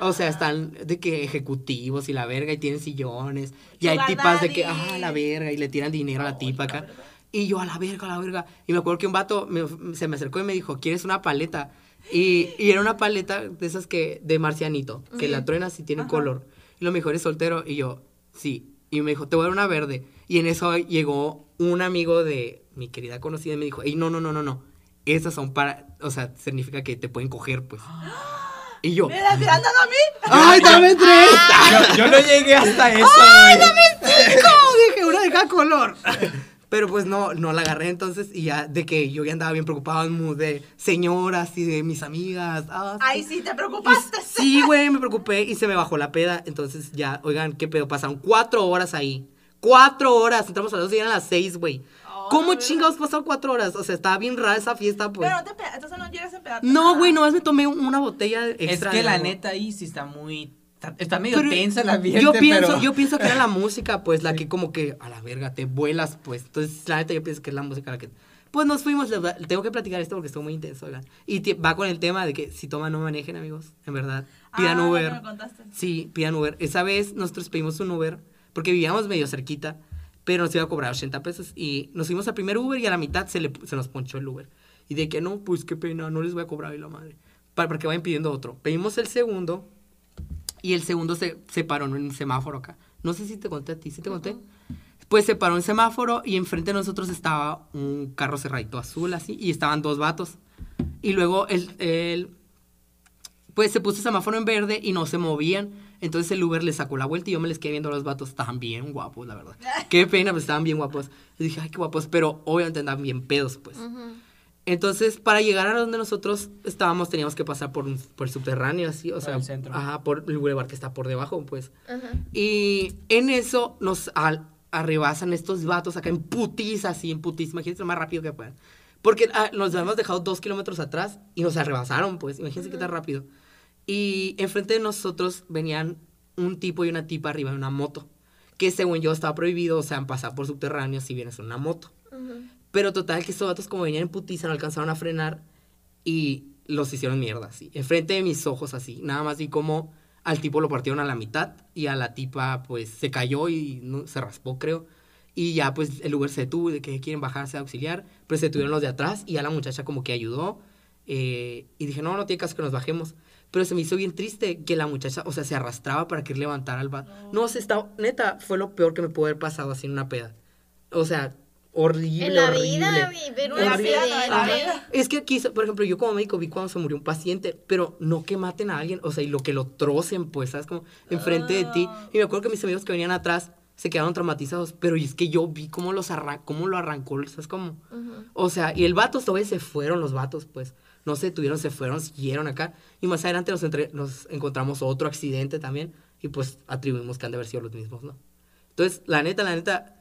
D: O sea, están de que ejecutivos y la verga y tienen sillones. Y hay
B: Sugar
D: tipas de que,
B: daddies.
D: ah, la verga, y le tiran dinero a la tipa acá. Y yo, a la verga, a la verga. Y me acuerdo que un vato me- se me acercó y me dijo, ¿quieres una paleta? Y, y era una paleta de esas que, de marcianito, que la truena si tiene color. Y lo mejor es soltero. Y yo, sí. Y me dijo, te voy a dar una verde. Y en eso llegó un amigo de mi querida conocida y me dijo, ey, no, no, no, no, no. Esas son para, o sea, significa que te pueden coger, pues. Y yo,
B: ¿Me estás tirando a mí?
D: ¡Ay, dame tres!
E: Yo, yo no llegué hasta eso, güey.
D: ¿Cómo? Dije, una de cada color. Pero pues no, no la agarré entonces y ya de que yo ya andaba bien preocupado en mood de señoras y de mis amigas. ah,
B: Ay, sí, te preocupaste.
D: Sí, güey, me preocupé y se me bajó la peda. Entonces ya, oigan, qué pedo, pasaron cuatro horas ahí. Cuatro horas, entramos a las dos y eran las seis, güey. ¿Cómo chingados pasaron cuatro horas? O sea, estaba bien rara esa fiesta, pues.
B: Pero no te pe- entonces no llegas a empedarte.
D: No, güey, nomás me tomé una botella
E: Es
D: extra.
E: que
D: de
E: la
D: agua.
E: neta ahí sí está muy. está- Está medio
D: Pero
E: tensa la ambiente,
D: Yo pienso,
E: pero-
D: yo pienso que era la música, pues, la que como que a la verga te vuelas, pues. Entonces, la neta, yo pienso que es la música la que. Pues nos fuimos, la verdad, tengo que platicar esto porque estuvo muy intenso, oigan. Y ti- va con el tema de que si toman, no manejen, amigos, en verdad. Pidan
B: Ah, lo que
D: Uber.
B: me contaste.
D: Sí, pidan Uber. Esa vez nosotros pedimos un Uber porque vivíamos medio cerquita, pero nos iba a cobrar 80 pesos. Y nos fuimos al primer Uber y a la mitad se, le, se nos ponchó el Uber. Y de que no, pues qué pena, no les voy a cobrar y la madre. Para, para que vayan pidiendo otro. Pedimos el segundo y el segundo se, se paró en un semáforo acá. No sé si te conté a ti, si te conté. Pues se paró en semáforo y enfrente de nosotros estaba un carro cerradito azul así y estaban dos vatos. Y luego el, el- pues se puso el semáforo en verde y no se movían. Entonces el Uber le sacó la vuelta y yo me les quedé viendo a los vatos. Estaban bien guapos, la verdad. Qué pena, pues estaban bien guapos. Y dije, ay, qué guapos. Pero obviamente andaban bien pedos, pues. Entonces, para llegar a donde nosotros estábamos, teníamos que pasar por, un- por el subterráneo, así, o
E: Por
D: sea,
E: el centro.
D: ajá, por el boulevard que está por debajo, pues. Y en eso nos al- arrebasan estos vatos acá en putis, así en putis. Imagínense lo más rápido que puedan. Porque ah, nos habíamos dejado dos kilómetros atrás y nos arrebasaron, pues. Imagínense qué tan rápido. Y enfrente de nosotros venían un tipo y una tipa arriba de una moto. Que según yo estaba prohibido, o sea, pasar por subterráneo si vienes en una moto. Pero total, que estos vatos, como venían en putiza, no alcanzaron a frenar y los hicieron mierda, así. Enfrente de mis ojos, así. Nada más vi como al tipo lo partieron a la mitad y a la tipa, pues, se cayó y no- se raspó, creo. Y ya, pues, el Uber se detuvo de que quieren bajarse a auxiliar, pero se tuvieron los de atrás y a la muchacha como que ayudó. eh, y dije, no, no tiene caso que nos bajemos. Pero se me hizo bien triste que la muchacha, o sea, se arrastraba para que levantara al vato. No, se está, neta, fue lo peor que me pudo haber pasado así en una peda. O sea, horrible,
F: En la
D: horrible.
F: vida, vi- ver un
D: En la vida,
B: la
F: accidente.
B: vida.
D: Es que aquí, por ejemplo, yo como médico vi cuando se murió un paciente, pero no que maten a alguien, o sea, y lo que lo trocen, pues, ¿sabes? Como enfrente de ti. Y me acuerdo que mis amigos que venían atrás se quedaron traumatizados, pero y es que yo vi cómo, los arran cómo lo arrancó, ¿sabes? Como, o sea, y el vato todavía se fueron los vatos, pues. No se detuvieron, se fueron, siguieron acá. Y más adelante nos, entre- nos encontramos otro accidente también. Y pues atribuimos que han de haber sido los mismos, ¿no? Entonces, la neta, la neta,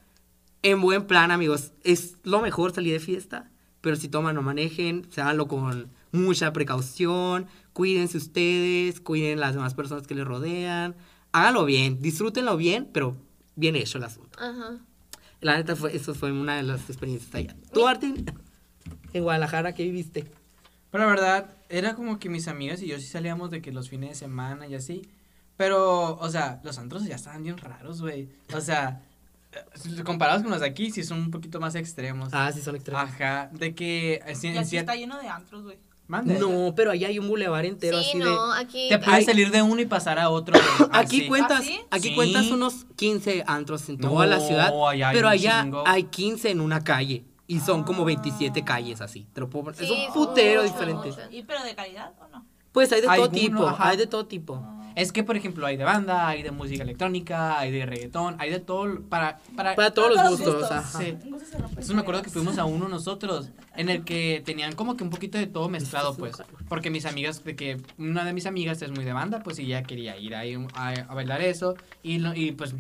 D: en buen plan, amigos. Es lo mejor salir de fiesta. pero si toman no manejen, háganlo con mucha precaución, cuídense ustedes, cuiden las demás personas que les rodean, háganlo bien, disfrútenlo bien, pero bien hecho el asunto.
C: Ajá.
D: La neta, fue, eso fue una de las experiencias allá. ¿Tú, Artin, en Guadalajara, qué viviste?
E: Pero la verdad, era como que mis amigos y yo sí salíamos de que los fines de semana y así. Pero, o sea, los antros ya estaban bien raros, güey. O sea, eh, comparados con los de aquí, sí son un poquito más extremos.
D: Ah, sí, son extraños.
E: Ajá, de que... eh, sí,
B: Y
E: en
B: aquí
E: cier-
B: está lleno de antros, güey.
E: Mande.
D: No, pero allá hay un bulevar entero
C: sí,
D: así
C: no,
D: de...
C: aquí.
E: Te puedes
C: ay,
E: salir de uno y pasar a otro. güey.
D: Aquí
E: Así.
D: cuentas,
B: ¿Ah, sí?
D: aquí
E: Sí.
D: cuentas unos 15 antros en toda la
E: No,
D: ciudad,
E: allá hay
D: pero
E: un
D: allá
E: chingo.
D: hay 15 en una calle y son
B: Ah.
D: como 27 calles así. te lo puedo- es
C: Sí,
D: un
C: son
D: putero
C: muchas,
D: diferente.
C: muchas.
B: ¿Y pero de calidad o no?
D: Pues hay de todo
E: Alguno,
D: tipo,
E: ajá.
D: hay de todo tipo.
B: Ah.
E: Es que, por ejemplo, hay de banda, hay de música electrónica, hay de reggaetón, hay de todo para... para,
D: Para todos los
B: todos los
D: gustos,
B: gustos,
D: ajá.
E: sí.
B: Un gusto se rompe
E: Entonces me acuerdo que
B: el
E: fuimos a uno nosotros, en el que tenían como que un poquito de todo mezclado, pues. Porque mis amigas, de que una de mis amigas es muy de banda, pues y ella quería ir ahí a, a bailar eso. Y, lo- y pues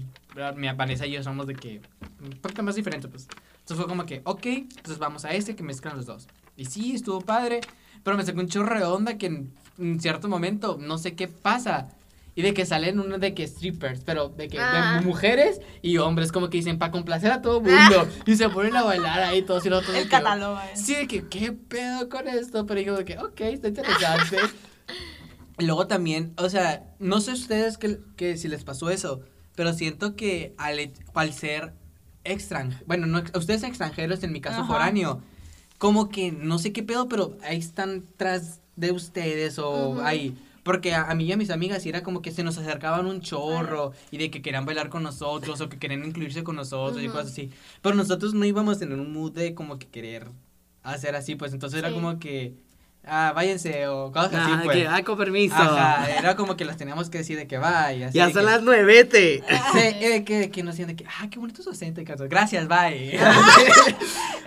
E: mi Vanessa y yo somos de que un poquito más diferente, pues. Entonces fue como que, ok, entonces vamos a este que mezclan los dos. Y sí, estuvo padre, pero me sacó un chorro de onda que en, en cierto momento no sé qué pasa. Y de que salen unos de que strippers, pero de que de
C: Ah.
E: mujeres y hombres, como que dicen, para complacer a todo mundo. Y se ponen a bailar ahí todos y los
D: Pues
E: otros. de
B: El
E: que-
B: catálogo, eh.
E: Sí, de que, ¿qué pedo con esto? Pero digo de que, ok, está interesante. Y Luego también, o sea, no sé ustedes que, que si les pasó eso, pero siento que al, he- al ser extranjero, bueno, no, ex- ustedes extranjeros, en mi caso
B: Ajá.
E: foráneo, como que no sé qué pedo, pero ahí están tras de ustedes o ahí. Porque a, a mí y a mis amigas sí era como que se nos acercaban un chorro y de que querían bailar con nosotros o que querían incluirse con nosotros y
C: Ujú.
E: cosas así. Pero nosotros no íbamos en un mood de como que querer hacer así, pues entonces era
C: Sí.
E: como que, ah, váyanse o cosas
D: Ah,
E: así, pues.
D: que, ay, con permiso.
E: Ajá, era como que las teníamos que decir de que vaya.
D: Ya son las nueve, te.
E: que, que, que nos decían de que, ah, qué bonito su acento, Carlos. Gracias, bye.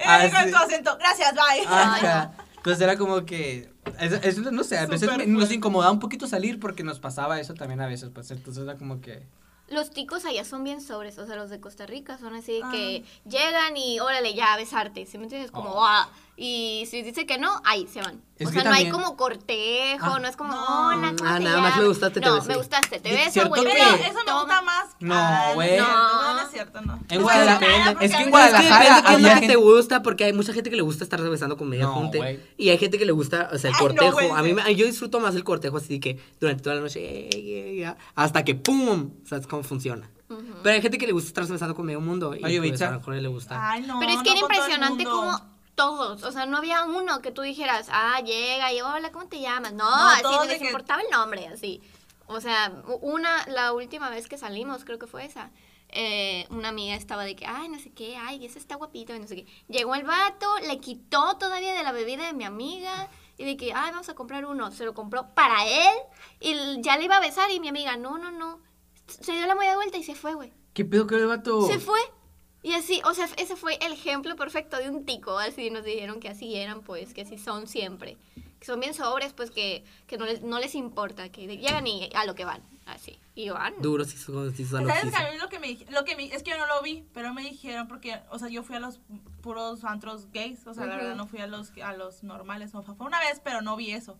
D: Ah,
B: Eh,
E: Así-
B: con tu acento. Gracias, bye.
E: Ajá. Entonces era como que, eso, eso, no sé, a veces
B: Súper
E: me- nos
B: fuerte.
E: incomodaba un poquito salir porque nos pasaba eso también a veces, pues entonces era como que...
C: Los ticos allá son bien sobres, o sea, los de Costa Rica son así de que
B: Ah.
C: llegan y órale, ya a besarte, ¿sí me entiendes? Como,
E: Oh.
C: ah, y si dice que no, ahí se van.
E: Es
C: o
E: que
C: sea, no
E: también-
C: hay como cortejo,
E: Ah.
C: no es como,
B: No.
C: hola, ¿cómo
D: Ah,
C: te
D: nada más
C: llamas?
D: me gustaste, te
C: No,
D: besé.
C: me gustaste, te
E: Di-
C: beso,
E: ¿cierto
C: güey.
E: que-
B: Pero eso me gusta
C: Pues Toma.
B: más.
E: No,
B: Ah,
E: güey.
B: es cierto, No,
C: No.
B: no es cierto, no.
E: En
B: Bueno,
E: Guadalajara,
B: ya, porque
E: es que en
B: a mí-
D: Pero es que
E: Guadalajara
D: depende qué es lo
E: había
D: que te
E: gente-
D: gusta, porque hay mucha gente que le gusta estar besando con media
E: No,
D: junte,
E: güey.
D: Y hay gente que le gusta, o sea, el
B: Ay, no,
D: cortejo.
B: güey.
D: a mí me- yo disfruto más el cortejo, así que durante toda la noche, eh, eh, eh, hasta que ¡pum! ¿Sabes cómo funciona? Pero hay gente que le gusta estar besando con medio mundo. Y
E: Oye,
D: pues,
E: Bitsa.
D: a lo mejor le gusta.
B: Ay, no,
C: Pero es que
B: no
C: era
B: con todo el
C: impresionante
B: mundo.
C: como todos, o sea, no había uno que tú dijeras, ah, llega y hola, ¿cómo te llamas? No,
B: No,
C: así
B: todos
C: no les
B: de que-
C: importaba el nombre, así. O sea, u- una, la última vez que salimos, creo que fue esa. eh, una amiga estaba de que, ay, no sé qué, ay, ese está guapito, y no sé qué. Llegó el vato, le quitó todavía de la bebida de mi amiga y de que, ay, vamos a comprar uno. Se lo compró para él y l- ya le iba a besar y mi amiga, no, no, no. Se dio la media vuelta y se fue, güey.
E: ¿Qué pedo que el vato?
C: Se fue. Y así, o sea, ese fue el ejemplo perfecto de un tico. Así nos dijeron que así eran, pues, que así son siempre. Que son bien sobres, pues, que, que no, les, no les importa, que de- llegan y a lo que van. Así. Y van.
D: Duros y sus y sus
B: ¿Sabes que
D: anoxias.
B: a mí lo que me dij- lo que me- es que yo no lo vi, pero me dijeron porque, o sea, yo fui a los puros antros gays, o sea, la
C: Ujú.
B: verdad no fui a los a los normales, o sea, fue una vez, pero no vi eso.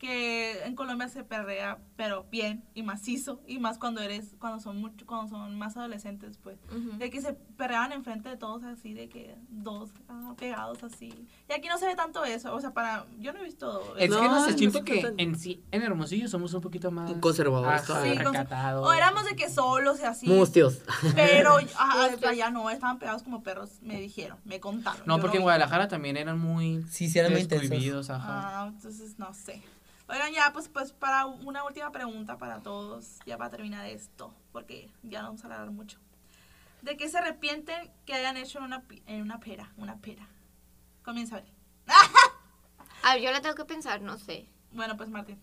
B: Que en Colombia se perrea, pero bien y macizo, y más cuando eres cuando son mucho cuando son más adolescentes, pues,
C: Ujú.
B: de que se perreaban enfrente de todos así de que dos ah, pegados así. Y aquí no se ve tanto eso, o sea, para yo no he visto
E: Es
B: eso.
E: que no
D: No,
E: sé,
D: no
E: siento
D: se
E: que
D: trata-
E: en sí, en Hermosillo somos un poquito más...
D: Conservadores
E: Ajá,
D: todavía.
B: Sí, cons-
E: recatados.
B: o éramos de que solos y así.
D: Mustios.
B: Pero ah, allá no, estaban pegados como perros, me dijeron, me contaron.
E: No,
B: yo
E: porque en
B: vi.
E: Guadalajara también eran muy...
D: Sí, sí, eran muy intensos.
E: descohibidos, ajá.
B: Ah, entonces no sé. Oigan, ya, pues, pues para una última pregunta para todos, ya para terminar esto, porque ya no vamos a hablar mucho. ¿De qué se arrepienten que hayan hecho en una, pi- en una pera? Una pera. Comienza a ver.
C: A ver, yo la tengo que pensar, no sé.
B: Bueno, pues Martín.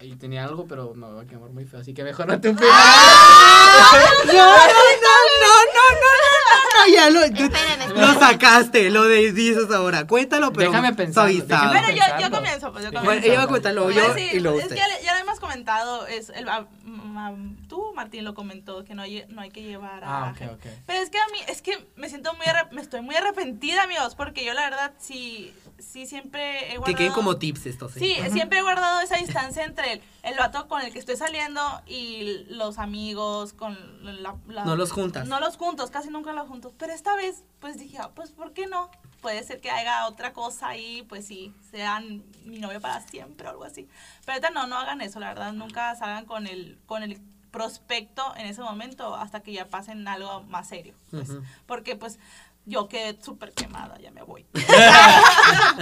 E: Y tenía algo, pero me va a quemar muy feo, así que mejor
B: Ah,
E: no te ofendas.
D: No, no, no, no, no, no, no, ya lo, yo-
C: Espérame, espérame.
D: lo sacaste, lo de- dices ahora. Cuéntalo, pero
E: Déjame pensarlo,
D: suavizado.
E: déjame
B: Bueno, yo, yo
E: pensarlo.
B: comienzo, pues yo
E: Déjame
B: comienzo.
D: Bueno, ella va a contarlo
B: Voy
D: yo
B: a
D: y
B: decir,
D: luego
B: es
D: usted.
B: que ya, le- ya lo hemos comentado, es el, ah, mm, mam- tú, Martín, lo comentó, que no hay, no hay que llevar a...
E: Ah, ok, ok.
B: Pero es que a mí, es que me siento muy, arre- me estoy muy arrepentida, amigos, porque yo la verdad sí, sí siempre he guardado...
D: Que queden como tips estos. ¿eh?
B: Sí, siempre he guardado esa distancia entre el, el vato con el que estoy saliendo y los amigos, con la, la-
D: No los juntas.
B: No los juntos, casi nunca los juntos. Pero esta vez, pues dije, ah, pues ¿por qué no? Puede ser que haga otra cosa y pues sí, sean mi novio para siempre o algo así. Pero ahorita no, no hagan eso, la verdad, nunca salgan con el, con el prospecto en ese momento hasta que ya pasen algo más serio. pues.
D: Ujú.
B: Porque pues yo quedé súper quemada, ya me voy.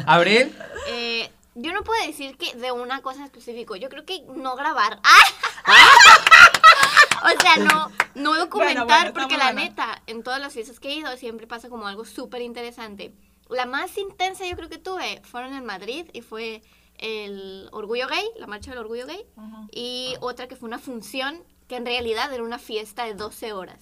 D: Abril,
C: Eh, yo no puedo decir que de una cosa en específico. Yo creo que no grabar. ¡Ah! o sea, no, no
B: Bueno,
C: documentar,
B: bueno, está
C: porque
B: muy
C: la
B: bueno.
C: neta, en todas las fiestas que he ido siempre pasa como algo súper interesante. La más intensa yo creo que tuve fueron en Madrid y fue el Orgullo Gay, la marcha del Orgullo Gay,
B: Ujú.
C: y otra que fue una función que en realidad era una fiesta de 12 horas.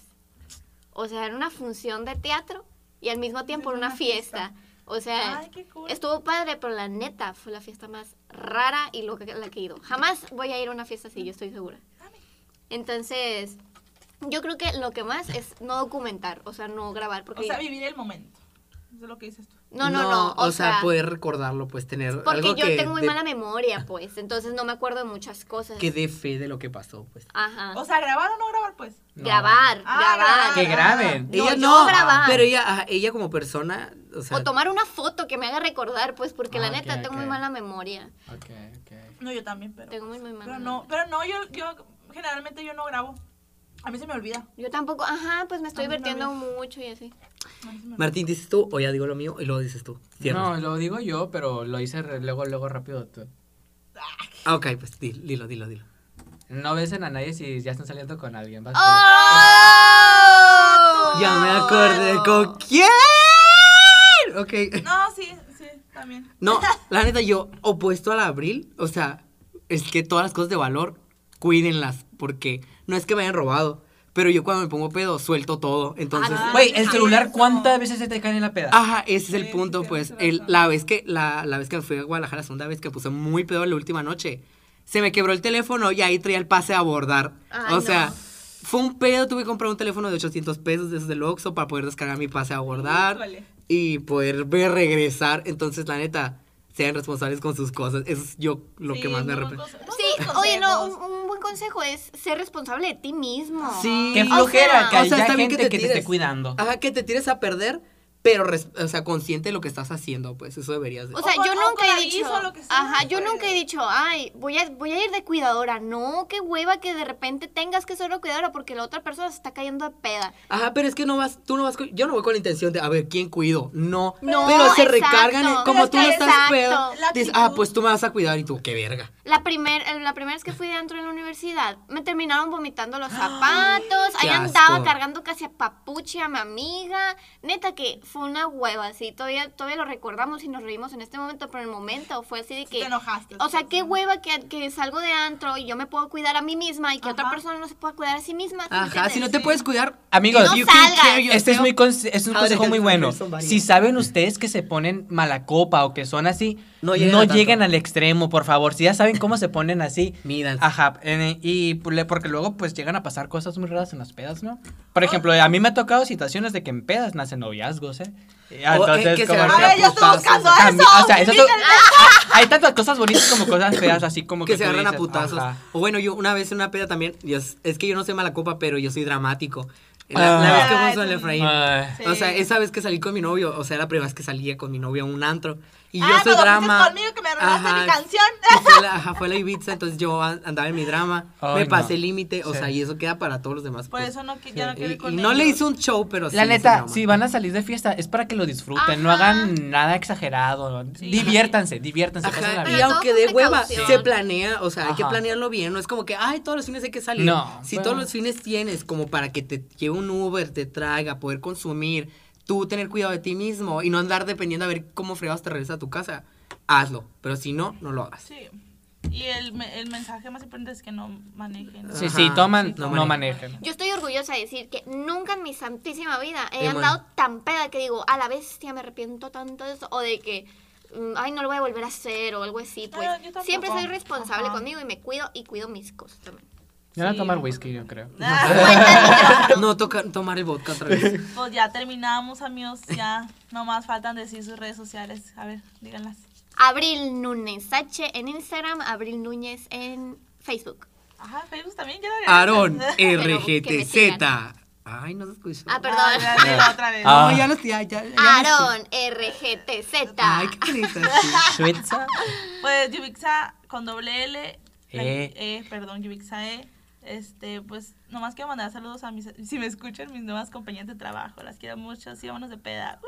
C: O sea, era una función de teatro y al mismo tiempo era una fiesta. O sea,
B: Ay, qué cool.
C: Estuvo padre, pero la neta fue la fiesta más rara y loca que- la que he ido. Jamás voy a ir a una fiesta así, yo estoy segura. Entonces, yo creo que lo que más es no documentar, o sea, no grabar. Porque
B: O sea, vivir el momento. Eso es lo que dices tú.
C: no, no, no,
D: O, sea, poder recordarlo, pues tener
C: porque
D: algo
C: yo
D: que,
C: tengo muy
D: dé-
C: mala memoria, pues. Entonces no me acuerdo de muchas cosas.
D: que dé fe de lo que pasó, pues.
C: Ajá.
B: O sea, grabar o no grabar, pues.
E: No.
C: Grabar,
B: Ah,
C: grabar.
E: Que graben.
C: No,
D: ella
C: yo
D: no,
C: grabar.
D: pero ella, ajá, ella como persona, o sea,
C: O tomar una foto que me haga recordar, pues, porque la
E: Ah,
C: neta
E: ok,
C: tengo muy
E: ok.
C: mala memoria.
E: Ok, ok.
B: No, yo también, pero.
C: Tengo muy, muy mala
B: Pero
C: memoria.
B: no, pero no, yo, yo generalmente yo no grabo. A mí se me olvida.
C: Yo tampoco, ajá, pues me estoy
B: A mí
C: divirtiendo
B: también.
C: mucho y así.
D: Martín, dices tú, o ya digo lo mío, y luego dices tú. Cierras.
E: No, lo digo yo, pero lo hice re- luego, luego rápido tú.
D: Ah, ok, pues di- dilo, dilo, dilo.
E: No besen a nadie si ya están saliendo con alguien. Vas
B: Ah,
D: Ya me acordé con quién. Ok.
B: No, sí, sí, también.
D: No, la neta, yo, opuesto al abril, o sea, es que todas las cosas de valor, cuídenlas, porque no es que me hayan robado, pero yo cuando me pongo pedo, suelto todo. Entonces,
E: tú.
B: Ah,
E: Güey, el
B: sí,
E: celular,
B: eso.
E: ¿cuántas veces se te cae en la peda?
D: Ajá, ese es el
B: Sí,
D: punto,
B: sí,
D: pues.
B: tienes
D: El,
B: razón.
D: la vez que la, la vez que fui a Guadalajara, la segunda vez que puse muy pedo la última noche, se me quebró el teléfono y ahí traía el pase a abordar.
C: Ay,
D: o
C: no.
D: sea, fue un pedo, tuve que comprar un teléfono de 800 pesos desde el Oxxo para poder descargar mi pase a abordar
B: Híjole.
D: y poder ver regresar. Entonces, la neta, sean responsables con sus cosas. Eso es yo lo
B: Sí,
D: que más me
B: muy
D: arrepiento.
B: buen conse-
C: Sí,
B: buenos
C: oye, no,
B: consejos.
C: un, un buen consejo es ser responsable de ti mismo.
D: Sí.
E: Qué
D: O
E: flojera,
C: sea,
E: que
D: o
E: haya
D: sea, está bien
E: gente que
D: que
E: te,
D: te
E: esté
D: tires.
E: cuidando.
D: Ajá, que te tires a perder, pero, res- o sea, consciente de lo que estás haciendo, pues. Eso deberías de-
C: O sea,
B: O con-
C: yo
B: o
C: nunca
B: con
C: he
B: aviso,
C: dicho,
B: lo que sea,
C: ajá, yo
B: pues.
C: nunca he dicho, ay, voy a, voy a ir de cuidadora. No, qué hueva que de repente tengas que ser una cuidadora porque la otra persona se está cayendo de peda.
D: Ajá, pero es que no vas, tú no vas, con- yo no voy con la intención de, a ver, ¿quién cuido? No,
C: No,
D: pero se
C: exacto.
D: recargan, en- como
C: Pero
D: tú no
C: es que-
D: estás
C: exacto.
D: pedo,
B: La
D: dices,
B: actitud.
D: ah, pues tú me vas a cuidar y tú, qué verga.
C: La, primer, eh, la primera vez que fui de antro en la universidad, me terminaron vomitando los zapatos,
D: Qué
C: ahí andaba
D: asco.
C: cargando casi a papuche a mi amiga. Neta que fue una hueva, sí, todavía, todavía lo recordamos y nos reímos en este momento, pero en el momento fue así de que...
B: Te enojaste.
C: O sea, qué hueva que, que salgo de antro y yo me puedo cuidar a mí misma y que otra
B: Ajá.
C: persona no se pueda cuidar a sí misma. ¿sí me
D: Ajá, si no
C: entiendes?
D: te puedes cuidar,
E: Amigos,
C: No
D: you can
C: salgas.
D: care yourself.
E: Este es, muy conse- es un
D: Ahora
E: consejo
D: que
E: muy
D: son
E: bueno.
D: varios, son varios.
E: Si saben ustedes que se ponen mala copa o que son así, no
D: No
E: lleguen,
D: lleguen a tanto.
E: al extremo, por favor. Si ya saben cómo se ponen así,
D: Mídanse.
E: Ajá, en- y le- porque luego pues llegan a pasar cosas muy raras en las pedas, ¿no? Por ejemplo, a mí me ha tocado situaciones de que en pedas nacen noviazgos, ¿eh? Y
D: O, eh, que se
E: como
D: agarren
E: que
D: a A ver, yo estoy
E: putazos.
B: buscando
E: También,
B: eso,
E: o sea, eso es-
B: díganme.
E: hay tantas cosas bonitas como cosas feas, así como que,
D: que se
E: tú
D: agarran a
E: dices,
D: putazos.
E: ajá.
D: O bueno, yo una vez en una peda también, yo- es que yo no soy mala copa, pero yo soy dramático.
E: Ah.
D: La, la vez que fuimos
B: Ay,
D: con el
B: sí.
D: Efraín.
E: Ay.
B: Sí.
D: O sea, esa vez que salí con mi novio, o sea, era la primera vez que salía con mi novio a un antro. Y
B: Ah,
D: yo soy
B: cuando
D: drama.
B: fuiste conmigo que me arruinaste mi canción.
D: y Fue la, ajá, fue la Ibiza, entonces yo an- andaba en mi drama.
E: Ay,
D: me
E: no.
D: pasé el límite, o
E: Sí.
D: sea, y eso queda para todos los demás.
B: Por
D: pues.
B: eso no, que- ya no
D: Y-
B: quiero ir
D: y
B: con
D: no le
B: ellos.
D: hice un show, pero sí.
E: La
D: hice
E: neta,
D: drama.
E: si van a salir de fiesta, es para que lo disfruten, no
C: Ajá.
E: hagan nada exagerado. Diviértanse, diviértanse, pásenla
D: Ajá,
E: bien.
D: y aunque de
C: Todo con
D: hueva,
C: precaución.
D: se planea, o sea, hay que
E: Ajá.
D: planearlo bien, no es como que, ay, todos los fines hay que salir.
E: No,
D: si
E: pero-
D: todos los fines tienes como para que te lleve un Uber, te traiga, poder consumir, tú tener cuidado de ti mismo y no andar dependiendo a ver cómo fregados te regresa a tu casa, hazlo, pero si no, no lo hagas.
B: Sí. Y el, me- el mensaje más importante es que no manejen.
E: Sí,
D: Ajá.
E: sí, toman,
D: Sí,
E: no,
D: no
E: manejen.
C: Yo estoy orgullosa de decir que nunca en mi santísima vida he
D: Eh,
C: andado
D: man.
C: tan peda que digo, a la bestia me arrepiento tanto de eso, o de que, mm, ay, no lo voy a volver a hacer, o algo así,
B: No,
C: pues.
B: Ah, yo tampoco.
C: Siempre soy responsable
B: Ajá.
C: conmigo y me cuido y cuido mis cosas también.
E: Yo era tomar whisky, yo creo.
B: Ah,
D: Ah. No, toca tomar el vodka otra vez.
B: Pues ya terminamos, amigos. Ya nomás faltan decir sus redes sociales. A ver, díganlas.
F: Abril Núñez H en Instagram, Abril Núñez en Facebook.
B: Ajá, Facebook también. Ya lo agregaste.
D: Aaron Eh,
B: Ay,
D: RGTZ. Ay, no se escuchó.
F: Ah, perdón.
B: ya, dilo otra vez.
E: Ah.
D: No, ya los ya, ya, ya los-
F: Aaron RGTZ.
D: Ay, qué bonita. sí.
E: Suiza.
B: Pues Yubixa con doble L.
E: Eh.
B: eh, perdón, Yubixa E. Este, pues nomás quiero mandar saludos a mis, si me escuchan, mis nuevas compañeras de trabajo. Las quiero mucho. Sí, vámonos de peda.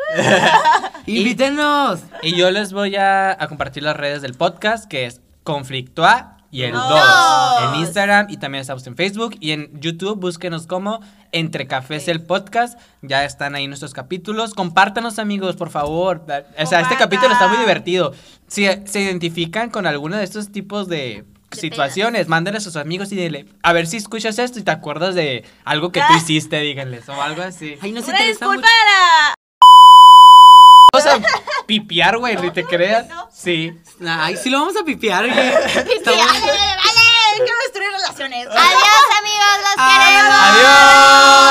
D: Invítenos.
E: Y yo les voy a, a compartir las redes del podcast, que es Conflictua y el
B: No.
E: 2. En Instagram y también estamos en Facebook. Y en YouTube, búsquenos como Entre Cafés el Podcast. Ya están ahí nuestros capítulos. Compártanos, amigos, por favor. O sea, este
B: Compartan.
E: capítulo está muy divertido. Si se identifican con alguno de estos tipos de
F: De
E: situaciones, mándenle a sus amigos y dile, a ver si escuchas esto y te acuerdas de algo que tú
B: Ah.
E: hiciste, díganles, o algo así.
D: Ay, no se
B: Una
D: interesa
B: disculpa
D: mucho.
B: era-
E: Vamos a pipiar, güey, ni te creas.
B: no.
E: Sí.
D: Ay, sí lo vamos a pipear, oye. Está
F: Sí,
D: bonito.
F: vale, vale.
B: Hay que destruir relaciones.
F: Adiós amigos, los queremos.
E: Adiós.
B: ¡Ah!